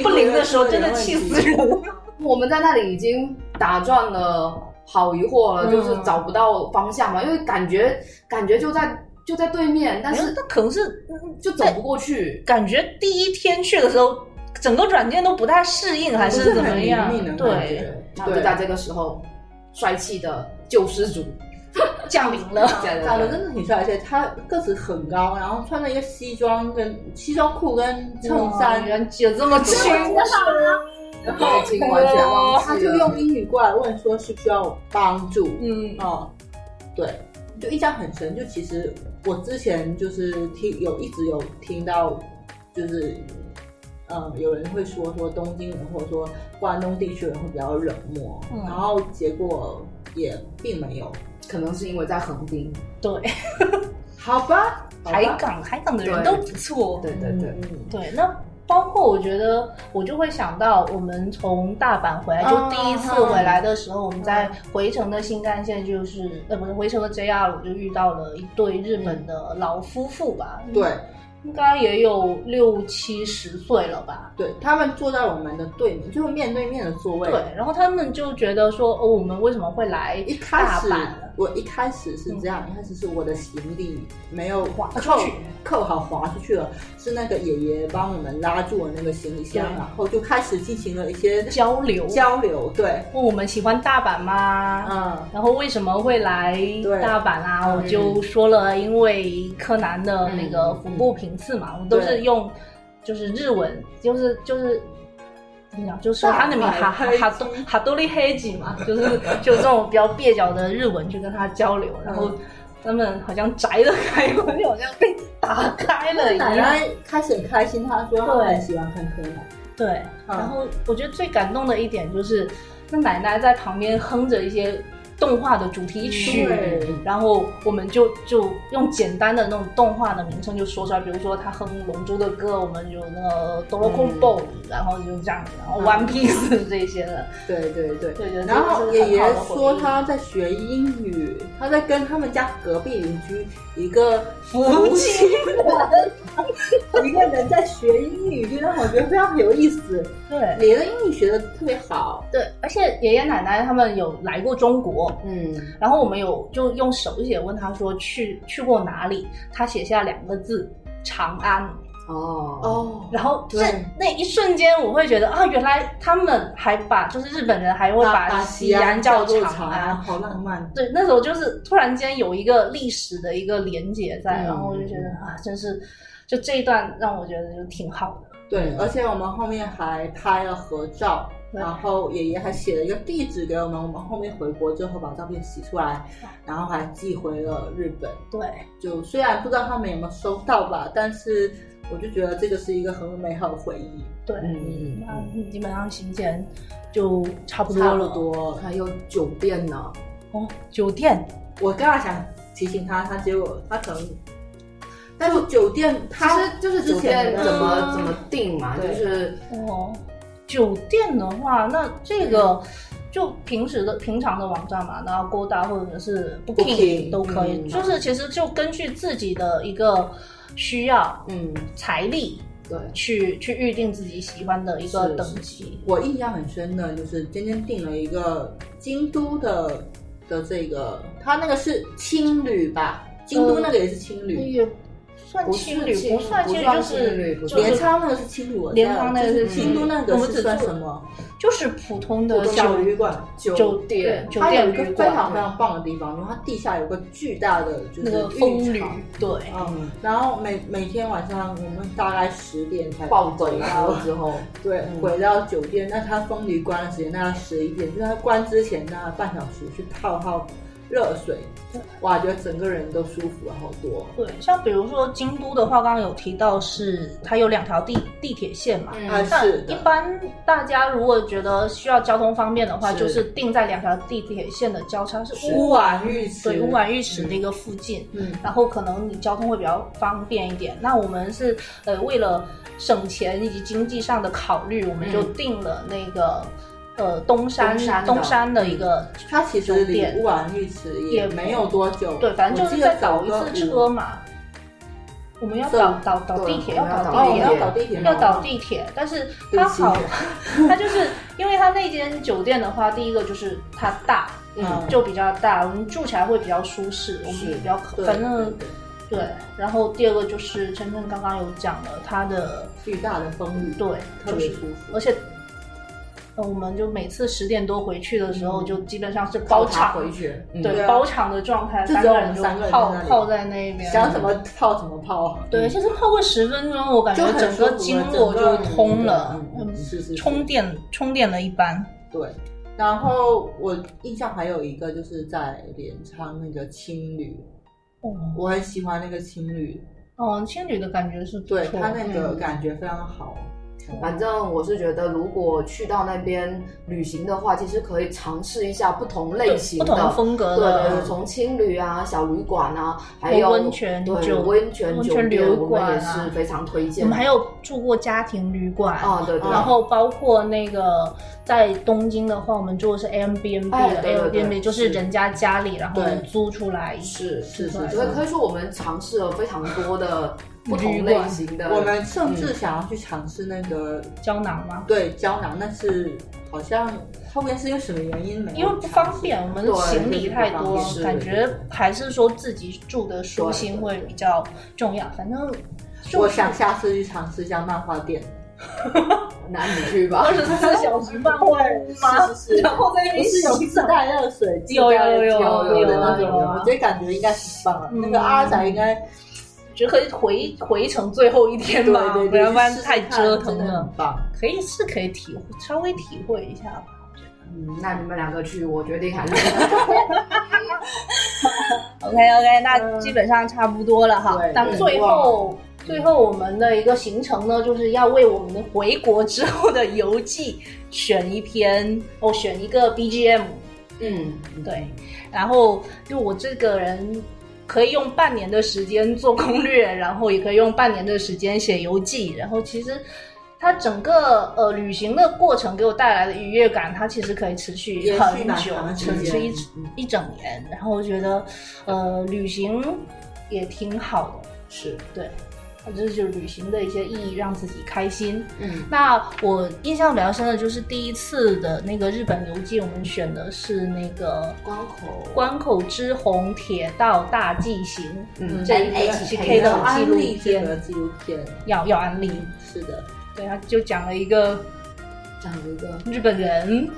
[SPEAKER 1] [laughs] 不灵的时候真的气死人。
[SPEAKER 2] 我们在那里已经打转了好一会儿
[SPEAKER 1] 嗯
[SPEAKER 2] 了，就是找不到方向嘛，因为感觉感觉就在就在对面，但
[SPEAKER 1] 但是
[SPEAKER 2] 是
[SPEAKER 1] 哎那可能是嗯
[SPEAKER 2] 就走不过去。
[SPEAKER 1] 感觉第一天去的时候，整个软件都不太适应，还
[SPEAKER 3] 不是
[SPEAKER 1] 怎
[SPEAKER 3] 很
[SPEAKER 1] 么
[SPEAKER 3] 灵
[SPEAKER 1] 样
[SPEAKER 3] 敏的？感
[SPEAKER 1] 对，
[SPEAKER 3] 觉
[SPEAKER 2] 然后就在这个时候，帅气的救世主
[SPEAKER 1] [laughs] 降临了。
[SPEAKER 2] 对对对
[SPEAKER 3] 长得真的挺帅，而且他个子很高，然后穿了一个西装跟西装裤跟衬衫
[SPEAKER 2] 哦
[SPEAKER 1] 哇，原来记得这么
[SPEAKER 3] [laughs]
[SPEAKER 1] 清
[SPEAKER 2] 然后已经完全
[SPEAKER 1] 哦
[SPEAKER 2] 忘
[SPEAKER 3] 他
[SPEAKER 2] 记
[SPEAKER 3] 就
[SPEAKER 2] 了。
[SPEAKER 3] 用英语过来问说需不需要帮助。
[SPEAKER 1] 嗯，
[SPEAKER 3] 哦，对，就印象很深。就其实我之前就是听有一直有听到，就是呃有人会说说东京人或者说关东地区人会比较冷漠，
[SPEAKER 1] 嗯
[SPEAKER 3] 然后结果也并没有。
[SPEAKER 2] 可能是因为在横滨，
[SPEAKER 1] 对，
[SPEAKER 3] 好吧，好吧
[SPEAKER 1] 海港海港的人
[SPEAKER 2] 对
[SPEAKER 1] 都不错。
[SPEAKER 2] 对对对，
[SPEAKER 3] 嗯
[SPEAKER 1] 对，那包括我觉得，我就会想到我们从大阪回来，就
[SPEAKER 3] 哦
[SPEAKER 1] 第一次回来的时候，我们在回程的新干线，就是呃，不是回程的 JR，我就遇到了一对日本的老夫妇吧，
[SPEAKER 3] 对，
[SPEAKER 1] 应该也有六七十岁了吧？
[SPEAKER 3] 对他们坐在我们的对面，就是面对面的座位。
[SPEAKER 1] 对，，然后他们就觉得说，哦，我们为什么会来
[SPEAKER 3] 一开
[SPEAKER 1] 大
[SPEAKER 3] 始
[SPEAKER 1] 阪呢？
[SPEAKER 3] 我一开始是这样，一开始是我的行李没有
[SPEAKER 1] 滑出
[SPEAKER 3] 扣
[SPEAKER 1] 去
[SPEAKER 3] 扣好滑出去了，是那个爷爷帮我们拉住我那个行李箱，
[SPEAKER 1] 对
[SPEAKER 3] 然后就开始进行了一些
[SPEAKER 1] 交流，哦
[SPEAKER 3] 交流。对，
[SPEAKER 1] 问我们喜欢大阪吗？
[SPEAKER 3] 嗯，
[SPEAKER 1] 然后为什么会来
[SPEAKER 3] 对
[SPEAKER 1] 大阪啦、
[SPEAKER 2] 嗯
[SPEAKER 1] 我就说了，因为柯南的那个服部平次嘛，我都是用就是日文，就是就是怎么讲，就是说他那边哈
[SPEAKER 3] 大
[SPEAKER 1] 哈
[SPEAKER 3] 阪黑
[SPEAKER 1] 哈多哈多利黑吉嘛，就是就这种比较蹩脚的日文去跟他交流，然后他们好像宅的开关好像被打开了一
[SPEAKER 3] 嗯奶
[SPEAKER 1] 样。
[SPEAKER 3] 奶开始很开心，她说她
[SPEAKER 1] 对
[SPEAKER 3] 很喜欢看柯南。
[SPEAKER 1] 对，
[SPEAKER 3] 嗯
[SPEAKER 1] 然后我觉得最感动的一点就是，那奶奶在旁边哼着一些动画的主题曲，
[SPEAKER 3] 对
[SPEAKER 1] 然后我们就就用简单的那种动画的名称就说出来，比如说他哼《龙珠》的歌，我们有那个《d o r o k o m b o
[SPEAKER 3] 嗯
[SPEAKER 1] 然后就这样，然后《One Piece》这些的，
[SPEAKER 3] 对对对。
[SPEAKER 1] 对对。
[SPEAKER 3] 然后
[SPEAKER 1] 这个是
[SPEAKER 3] 爷
[SPEAKER 1] 很
[SPEAKER 3] 爷
[SPEAKER 1] 好的回忆
[SPEAKER 3] 说他在学英语，他在跟他们家隔壁邻居一个
[SPEAKER 1] 福气
[SPEAKER 3] 人， [laughs] 一个人在学英语，就让我觉得非常有意思。
[SPEAKER 1] 对
[SPEAKER 3] 爷爷的英语学的特别好，
[SPEAKER 1] 对，而且爷爷奶奶他们有来过中国，
[SPEAKER 2] 嗯，
[SPEAKER 1] 然后我们有就用手写问他说去去过哪里，他写下两个字长安。
[SPEAKER 2] 哦
[SPEAKER 3] 哦
[SPEAKER 1] 然后这
[SPEAKER 3] 对
[SPEAKER 1] 那一瞬间，我会觉得啊，原来他们还把就是日本人还会
[SPEAKER 3] 把把
[SPEAKER 1] 西
[SPEAKER 3] 西
[SPEAKER 1] 安
[SPEAKER 3] 安
[SPEAKER 1] 叫
[SPEAKER 3] 叫做
[SPEAKER 1] 长
[SPEAKER 3] 长
[SPEAKER 1] 安
[SPEAKER 3] 安，。好浪漫。
[SPEAKER 1] 对，那时候就是突然间有一个历史的一个连结在，
[SPEAKER 2] 嗯
[SPEAKER 1] 然后我就觉得啊，真是就这一段让我觉得就挺好的。
[SPEAKER 3] 对，而且我们后面还拍了合照，
[SPEAKER 1] 对
[SPEAKER 3] 然后爷爷还写了一个地址给我们，我们后面回国之后把照片洗出来，然后还寄回了日本。
[SPEAKER 1] 对，
[SPEAKER 3] 就虽然不知道他们有没有收到吧，但是我就觉得这个是一个很美好的回忆，
[SPEAKER 1] 对，
[SPEAKER 2] 嗯嗯
[SPEAKER 1] 那
[SPEAKER 2] 嗯，
[SPEAKER 1] 基本上行前就差不多
[SPEAKER 3] 差
[SPEAKER 1] 了。
[SPEAKER 3] 不多。
[SPEAKER 2] 还有酒店呢，
[SPEAKER 1] 哦，酒店
[SPEAKER 3] 我刚才想提醒他，他结果他可能，但是酒店
[SPEAKER 2] 其
[SPEAKER 3] 他
[SPEAKER 2] 实就是酒店怎么怎么定嘛，就
[SPEAKER 3] 对
[SPEAKER 2] 是
[SPEAKER 1] 哦，酒店的话，那这个
[SPEAKER 3] 嗯
[SPEAKER 1] 就平时的平常的网站嘛，那 Goda 或者是 Booking
[SPEAKER 3] Booking，
[SPEAKER 1] 都可以，
[SPEAKER 2] 嗯
[SPEAKER 1] 就是其实就根据自己的一个需要、
[SPEAKER 2] 嗯，
[SPEAKER 1] 财力
[SPEAKER 2] 对，
[SPEAKER 1] 去去预定自己喜欢的一个
[SPEAKER 2] 是
[SPEAKER 1] 等级。
[SPEAKER 3] 我印象很深的就是尖尖订了一个京都的的这个，他那个是青旅吧？京都那个也是青
[SPEAKER 1] 那
[SPEAKER 3] 旅，
[SPEAKER 1] 也算
[SPEAKER 2] 不是
[SPEAKER 1] 青旅，
[SPEAKER 2] 青
[SPEAKER 1] 不算
[SPEAKER 2] 不
[SPEAKER 1] 青旅，就
[SPEAKER 2] 算青
[SPEAKER 1] 是
[SPEAKER 2] 旅不
[SPEAKER 1] 就
[SPEAKER 2] 算
[SPEAKER 1] 是
[SPEAKER 3] 镰仓那个是青旅，我知道
[SPEAKER 1] 镰仓那个是
[SPEAKER 3] 就是
[SPEAKER 1] 青旅
[SPEAKER 3] 京都那个
[SPEAKER 1] 我们只
[SPEAKER 3] 是算
[SPEAKER 1] 住
[SPEAKER 3] 什么？
[SPEAKER 1] 就是普通
[SPEAKER 3] 普
[SPEAKER 1] 的
[SPEAKER 3] 通
[SPEAKER 1] 小
[SPEAKER 3] 小旅馆。
[SPEAKER 1] 酒
[SPEAKER 2] 店
[SPEAKER 1] 酒
[SPEAKER 3] 它有
[SPEAKER 1] 店
[SPEAKER 3] 一个
[SPEAKER 1] 旅
[SPEAKER 3] 非
[SPEAKER 1] 馆，
[SPEAKER 3] 常非常棒的地方，因为它地下有个巨大的就
[SPEAKER 1] 那
[SPEAKER 3] 是
[SPEAKER 1] 个
[SPEAKER 3] 浴
[SPEAKER 1] 风旅
[SPEAKER 3] 场，，
[SPEAKER 1] 对，
[SPEAKER 3] 嗯，然后每每天晚上我们大概十点才
[SPEAKER 2] 暴走
[SPEAKER 3] 回
[SPEAKER 2] 然
[SPEAKER 3] 到
[SPEAKER 2] 后之后，
[SPEAKER 3] 对，
[SPEAKER 2] 嗯
[SPEAKER 3] 回到酒店，那他风旅关的时间大概十一点，就是他关之前那半小时去泡泡热水，哇，觉得整个人都舒服了好多。
[SPEAKER 1] 对，像比如说京都的话，刚刚有提到是它有两条地地铁线嘛。
[SPEAKER 3] 啊，
[SPEAKER 2] 嗯，
[SPEAKER 1] 那
[SPEAKER 3] 是
[SPEAKER 1] 一
[SPEAKER 3] 的，
[SPEAKER 1] 般大家如果觉得需要交通方便的话，
[SPEAKER 2] 是
[SPEAKER 1] 就是定在两条地铁线的交叉，是乌
[SPEAKER 3] 乌丸浴池，
[SPEAKER 1] 对乌丸浴池那个附近。
[SPEAKER 3] 嗯，
[SPEAKER 1] 然后可能你交通会比较方便一点。那我们是呃为了省钱以及经济上的考虑，我们就
[SPEAKER 2] 嗯
[SPEAKER 1] 定了那个呃东山
[SPEAKER 2] 东山的
[SPEAKER 1] 的一个
[SPEAKER 3] 嗯它其实
[SPEAKER 1] 酒
[SPEAKER 3] 离
[SPEAKER 1] 店
[SPEAKER 3] 乌丸浴池
[SPEAKER 1] 也
[SPEAKER 3] 也没有多久，
[SPEAKER 1] 对，反正就
[SPEAKER 3] 哦我
[SPEAKER 1] 是
[SPEAKER 3] 记
[SPEAKER 1] 再
[SPEAKER 3] 得
[SPEAKER 1] 倒
[SPEAKER 3] 找
[SPEAKER 1] 一
[SPEAKER 3] 个
[SPEAKER 1] 次
[SPEAKER 3] 五
[SPEAKER 1] 车嘛。我们要
[SPEAKER 3] 是
[SPEAKER 1] 倒倒倒
[SPEAKER 2] 对
[SPEAKER 1] 地铁，要
[SPEAKER 2] 我们要
[SPEAKER 1] 倒
[SPEAKER 2] 倒
[SPEAKER 1] 地铁，
[SPEAKER 3] 哦，要倒地铁吗，
[SPEAKER 1] 要倒地铁，但是
[SPEAKER 3] 对
[SPEAKER 1] 它
[SPEAKER 3] 不起
[SPEAKER 1] 好，它就是因为它那间酒店的话，第一个就是它大，
[SPEAKER 2] 嗯
[SPEAKER 3] 嗯，
[SPEAKER 1] 就比较大，我们住起来会比较舒适，我们
[SPEAKER 2] 是
[SPEAKER 1] 比较
[SPEAKER 3] 对
[SPEAKER 1] 反正
[SPEAKER 3] 对对
[SPEAKER 1] 对。然后第二个就是晨晨刚刚有讲了，它的
[SPEAKER 3] 巨大的风雨，
[SPEAKER 1] 对，
[SPEAKER 3] 特
[SPEAKER 1] 就
[SPEAKER 3] 别
[SPEAKER 1] 是
[SPEAKER 3] 舒服。
[SPEAKER 1] 而且。呃我们就每次十点多回去的时候，
[SPEAKER 3] 嗯
[SPEAKER 1] 就基本上是包
[SPEAKER 2] 包场
[SPEAKER 1] 场，
[SPEAKER 2] 回去，嗯
[SPEAKER 1] 对
[SPEAKER 3] 对啊
[SPEAKER 1] 包场的状态，
[SPEAKER 3] 就只
[SPEAKER 1] 三
[SPEAKER 3] 有
[SPEAKER 1] 个
[SPEAKER 3] 我
[SPEAKER 1] 人
[SPEAKER 3] 们
[SPEAKER 1] 就
[SPEAKER 3] 三个人在
[SPEAKER 1] 泡
[SPEAKER 3] 那里
[SPEAKER 1] 泡在那边，
[SPEAKER 3] 想怎么泡怎么泡，嗯
[SPEAKER 2] 嗯
[SPEAKER 1] 对，其实泡个十分钟，我感觉
[SPEAKER 3] 就很
[SPEAKER 1] 整个
[SPEAKER 3] 舒服
[SPEAKER 1] 经
[SPEAKER 3] 了整
[SPEAKER 1] 络就
[SPEAKER 3] 个
[SPEAKER 1] 通了
[SPEAKER 2] 嗯，
[SPEAKER 1] 嗯
[SPEAKER 2] 嗯，
[SPEAKER 3] 是是是
[SPEAKER 1] 充电充电了一般。
[SPEAKER 3] 对，然后我印象还有一个就是在镰仓那个青旅，
[SPEAKER 1] 哦，
[SPEAKER 3] 我很喜欢那个青旅，
[SPEAKER 1] 哦，青旅的感觉是不嗯
[SPEAKER 3] 对
[SPEAKER 1] 错
[SPEAKER 3] 它那个感觉非常好。
[SPEAKER 2] 反正我是觉得，如果去到那边旅行的话，其实可以尝试一下不同类型
[SPEAKER 1] 不同的
[SPEAKER 2] 的。
[SPEAKER 1] 风格
[SPEAKER 2] 对对对，
[SPEAKER 1] 的，
[SPEAKER 2] 从青旅啊、小旅馆啊，还
[SPEAKER 1] 有
[SPEAKER 2] 有
[SPEAKER 1] 温泉
[SPEAKER 2] 对
[SPEAKER 1] 酒
[SPEAKER 2] 温泉
[SPEAKER 1] 温
[SPEAKER 2] 酒
[SPEAKER 1] 泉
[SPEAKER 2] 店，
[SPEAKER 1] 旅
[SPEAKER 2] 我
[SPEAKER 1] 馆
[SPEAKER 2] 们
[SPEAKER 1] 啊
[SPEAKER 2] 也是非常推
[SPEAKER 1] 我
[SPEAKER 2] 荐。
[SPEAKER 1] 们还有住过家庭旅馆，
[SPEAKER 2] 啊，对对，
[SPEAKER 1] 然后包括那个在东京的话，我们住的是 Airbnb
[SPEAKER 2] 哎
[SPEAKER 1] 的
[SPEAKER 2] 对对对
[SPEAKER 1] Airbnb，就是
[SPEAKER 2] 是
[SPEAKER 1] 人家家里，然后
[SPEAKER 3] 对
[SPEAKER 1] 租出来。
[SPEAKER 2] 是
[SPEAKER 3] 是
[SPEAKER 2] 所
[SPEAKER 3] 是
[SPEAKER 2] 以
[SPEAKER 3] 是，
[SPEAKER 2] 可以说我们尝试了非常多的不同类型的。
[SPEAKER 3] 我们
[SPEAKER 1] 嗯
[SPEAKER 3] 甚至想要去尝试那个、
[SPEAKER 1] 胶囊吗？
[SPEAKER 3] 对胶囊，但是好像后面是因为什么原因没有？
[SPEAKER 1] 因为不方便，我们行李太多
[SPEAKER 2] 对是，
[SPEAKER 1] 感觉还是说自己住的舒心会比较重要。反正就
[SPEAKER 3] 我想下次去尝试一下漫画店，
[SPEAKER 2] 那你去吧
[SPEAKER 1] 二。十四小时漫画屋吗？
[SPEAKER 3] 是是是
[SPEAKER 1] 然后在那
[SPEAKER 3] 不
[SPEAKER 1] 边
[SPEAKER 3] 是有
[SPEAKER 1] 洗
[SPEAKER 3] 自
[SPEAKER 1] 澡。
[SPEAKER 3] 带热水、自
[SPEAKER 1] 有
[SPEAKER 3] 带
[SPEAKER 1] 有有
[SPEAKER 3] 调
[SPEAKER 2] 有
[SPEAKER 3] 油的那
[SPEAKER 2] 有有
[SPEAKER 3] 种的，我觉得感觉应该很棒啊。
[SPEAKER 1] 嗯
[SPEAKER 3] 那个阿仔应该
[SPEAKER 1] 只可以回回程最后一天
[SPEAKER 3] 对
[SPEAKER 1] 吧，
[SPEAKER 3] 对
[SPEAKER 1] 不
[SPEAKER 3] 对，
[SPEAKER 1] 要不然
[SPEAKER 3] 去试试
[SPEAKER 1] 太
[SPEAKER 3] 看
[SPEAKER 1] 折腾
[SPEAKER 3] 真的
[SPEAKER 1] 了
[SPEAKER 3] 很。棒。
[SPEAKER 1] 可以是可以体会稍微体会一下吧。
[SPEAKER 2] 嗯，那你们两个去，我决定还是
[SPEAKER 1] [laughs] OK OK，那基本上差不多了哈
[SPEAKER 3] 嗯对。
[SPEAKER 1] 那
[SPEAKER 3] 对
[SPEAKER 1] 最后最后我们的一个行程呢，就是要为我们的回国之后的游记选一篇哦，选一个 BGM。
[SPEAKER 2] 嗯，
[SPEAKER 1] 对，然后就我这个人可以用半年的时间做攻略， [laughs] 然后也可以用半年的时间写游记，然后其实。它整个呃旅行的过程给我带来的愉悦感，它其实可以持续
[SPEAKER 3] 延续
[SPEAKER 1] 很
[SPEAKER 3] 蛮
[SPEAKER 1] 久，
[SPEAKER 3] 长时
[SPEAKER 1] 持续
[SPEAKER 3] 间嗯
[SPEAKER 1] 一一整年。然后我觉得，呃，旅行也挺好的，
[SPEAKER 2] 是，
[SPEAKER 1] 对，这就是旅行的一些意义，让自己开心。
[SPEAKER 2] 嗯
[SPEAKER 1] 那我印象比较深的就是第一次的那个日本游记，我们选的是那个
[SPEAKER 2] 关口
[SPEAKER 1] 关口之红铁道大纪行，
[SPEAKER 2] 嗯
[SPEAKER 1] 这一个
[SPEAKER 2] NHK
[SPEAKER 1] 的
[SPEAKER 2] 的
[SPEAKER 3] 安
[SPEAKER 1] 纪
[SPEAKER 3] 利
[SPEAKER 1] 录
[SPEAKER 3] 这
[SPEAKER 1] 片
[SPEAKER 3] 个纪录片，
[SPEAKER 1] 要要安利。
[SPEAKER 3] 是的，
[SPEAKER 1] 对，他就讲了一个
[SPEAKER 2] 讲一个。
[SPEAKER 1] 日本人，应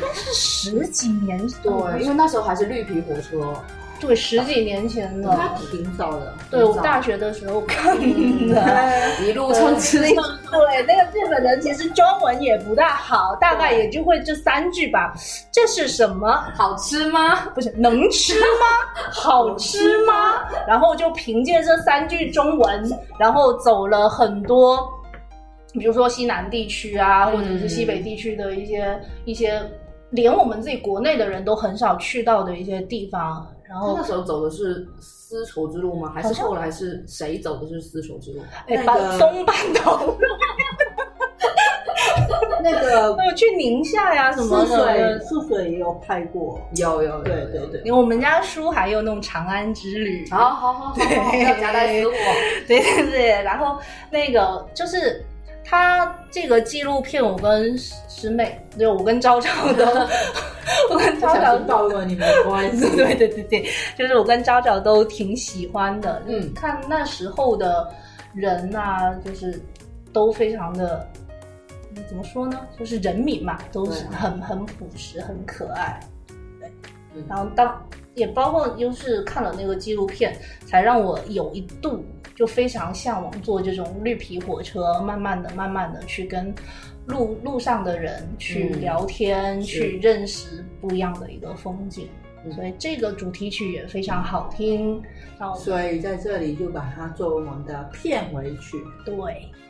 [SPEAKER 1] 该是十几年
[SPEAKER 2] 对，因为那时候还是绿皮火车，
[SPEAKER 1] 对十几年前
[SPEAKER 3] 它
[SPEAKER 1] 的。哦
[SPEAKER 3] 挺早的。
[SPEAKER 1] 对我大学的时候看的，
[SPEAKER 2] 一路上
[SPEAKER 1] [laughs]
[SPEAKER 2] 吃
[SPEAKER 1] 对，那个日本人其实中文也不大好，大概也就会这三句吧。这是什么？
[SPEAKER 2] 好吃吗？
[SPEAKER 1] 不是能吃
[SPEAKER 3] [laughs]
[SPEAKER 1] 吗？好吃吗？然后就凭借这三句中文，然后走了很多，比如说西南地区啊，
[SPEAKER 2] 嗯
[SPEAKER 1] 或者是西北地区的一些
[SPEAKER 3] 嗯
[SPEAKER 1] 一些，连我们自己国内的人都很少去到的一些地方。然
[SPEAKER 2] 他
[SPEAKER 1] 后
[SPEAKER 2] 那，时候走的是丝绸之路吗？还
[SPEAKER 1] 好
[SPEAKER 2] 是
[SPEAKER 1] 像
[SPEAKER 2] 后来是谁走的是丝绸之路？
[SPEAKER 1] 哎，
[SPEAKER 3] 那
[SPEAKER 1] 半
[SPEAKER 3] 个
[SPEAKER 1] 东半岛，
[SPEAKER 3] [laughs] 那个
[SPEAKER 1] [laughs] 还有去宁夏呀什么
[SPEAKER 3] 泗水，
[SPEAKER 1] 的。
[SPEAKER 3] 泗水也有拍过。
[SPEAKER 2] 有有有，
[SPEAKER 3] 对
[SPEAKER 2] 有
[SPEAKER 3] 对。对，
[SPEAKER 1] 我们家书还有那种长安之旅，
[SPEAKER 2] 好好好好好，要夹带私货。
[SPEAKER 1] [laughs] 对对对，然后那个就是他这个纪录片，我跟师妹，对我跟昭昭都， [laughs] 我跟
[SPEAKER 3] 不
[SPEAKER 1] 昭昭
[SPEAKER 3] 小心
[SPEAKER 1] 都，
[SPEAKER 3] 暴露了你们的关系。
[SPEAKER 1] [laughs] 对对对对，就是我跟昭昭都挺喜欢的，嗯
[SPEAKER 2] 嗯，
[SPEAKER 1] 看那时候的人啊，就是都非常的。嗯怎么说呢？就是人民嘛，都是
[SPEAKER 2] 对
[SPEAKER 1] 很很朴实，很可爱。对
[SPEAKER 2] 嗯，
[SPEAKER 1] 然后当也包括就是看了那个纪录片，才让我有一度就非常向往坐这种绿皮火车，慢慢的、慢慢的去跟路路上的人去
[SPEAKER 2] 嗯
[SPEAKER 1] 聊天，
[SPEAKER 2] 是
[SPEAKER 1] 去认识不一样的一个风景。
[SPEAKER 2] 嗯
[SPEAKER 1] 所以这个主题曲也非常好听，然后
[SPEAKER 3] 所以在这里就把它作为我们的片尾曲。
[SPEAKER 1] 对，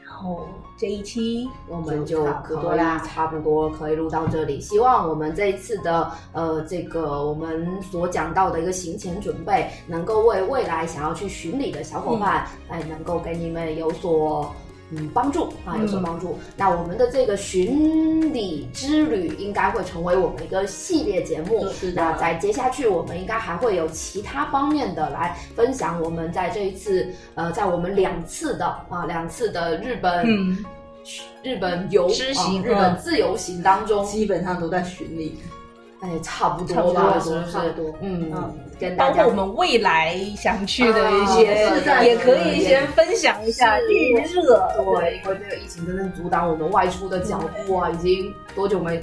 [SPEAKER 1] 然后这一期
[SPEAKER 2] 我们就可以差不多可以录到这里。希望我们这一次的呃这个我们所讲到的一个行前准备，能够为未来想要去巡礼的小伙伴，哎、能够给你们有所。嗯，帮助啊，有所帮助。那我们的这个巡礼之旅应该会成为我们一个系列节目。
[SPEAKER 3] 是的
[SPEAKER 2] 那在接下去，我们应该还会有其他方面的来分享我们在这一次呃，在我们两次的啊两次的日本
[SPEAKER 1] 嗯，
[SPEAKER 2] 日本游
[SPEAKER 1] 之行
[SPEAKER 2] 啊
[SPEAKER 3] 嗯
[SPEAKER 2] 日本自由行当中，
[SPEAKER 3] 基本上都在巡礼，
[SPEAKER 2] 哎，差不
[SPEAKER 1] 差不
[SPEAKER 2] 多
[SPEAKER 1] 多
[SPEAKER 2] 吧，是不
[SPEAKER 3] 差不
[SPEAKER 2] 是
[SPEAKER 3] 多？
[SPEAKER 2] 嗯
[SPEAKER 3] 嗯，
[SPEAKER 2] 跟大
[SPEAKER 1] 包括
[SPEAKER 2] 家
[SPEAKER 1] 我们未来想去的一些，
[SPEAKER 3] 啊是的
[SPEAKER 1] 也可以先分享一下
[SPEAKER 2] 是
[SPEAKER 1] 预热。
[SPEAKER 2] 对，因为这个疫情真正阻挡我们外出的脚步啊，已经多久没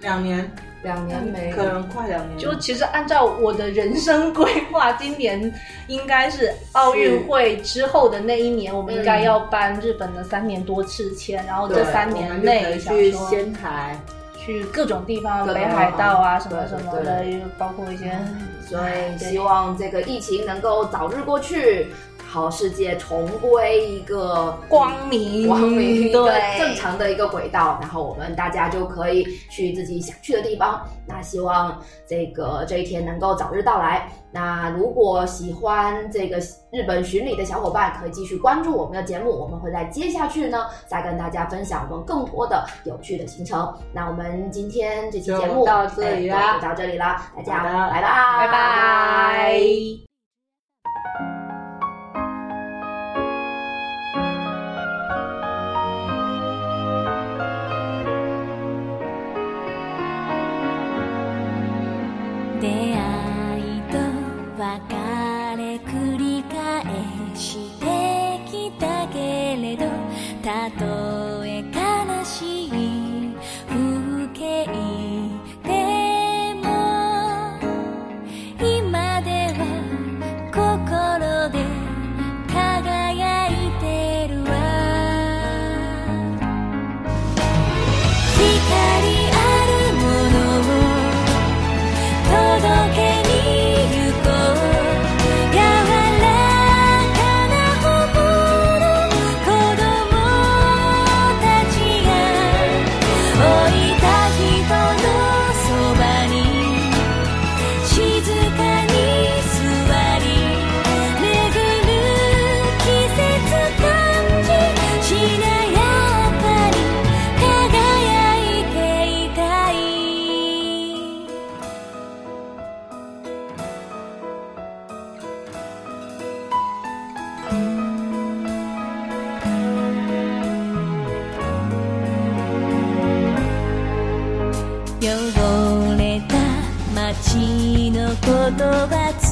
[SPEAKER 3] 两年，
[SPEAKER 2] 两年没
[SPEAKER 3] 可能快两年。
[SPEAKER 1] 就其实按照我的人生规划，今年应该是奥运会之后的那一年，我们应该要办日本的三年多次签，然后
[SPEAKER 3] 对
[SPEAKER 1] 这三
[SPEAKER 3] 我
[SPEAKER 1] 年
[SPEAKER 3] 们就可
[SPEAKER 1] 内
[SPEAKER 3] 以
[SPEAKER 1] 想
[SPEAKER 3] 去
[SPEAKER 1] 说
[SPEAKER 3] 仙台，
[SPEAKER 1] 去各种地方，
[SPEAKER 2] 各种
[SPEAKER 1] 北
[SPEAKER 2] 地方
[SPEAKER 1] 海道啊什么
[SPEAKER 2] 对
[SPEAKER 1] 什
[SPEAKER 2] 对
[SPEAKER 1] 么的，也包括一些。哎
[SPEAKER 2] 所以
[SPEAKER 1] 对
[SPEAKER 2] 希望这个疫情能够早日过去，好世界重归一个
[SPEAKER 1] 光明，
[SPEAKER 2] 光明的
[SPEAKER 1] 对，
[SPEAKER 2] 正常的一个轨道，然后我们大家就可以去自己想去的地方。那希望这个这一天能够早日到来。那如果喜欢这个日本巡礼的小伙伴，可以继续关注我们的节目，我们会在接下去呢再跟大家分享我们更多的有趣的行程。那我们今天这期节目
[SPEAKER 3] 就到这里啦
[SPEAKER 2] 哎对就到这里啦，大家
[SPEAKER 3] 好的
[SPEAKER 2] 拜啦，
[SPEAKER 1] 拜拜。
[SPEAKER 4] 出会いと別れ繰り返してきたけれどたとえ悲しい風景でも今では心で輝いてるわ光あるものを届けに行こう」「柔らかな頬の子供たちが老いた人のそばに」「静かに座り」「巡る季節感じ」「しなやかに輝いていたい」汚れた街の言葉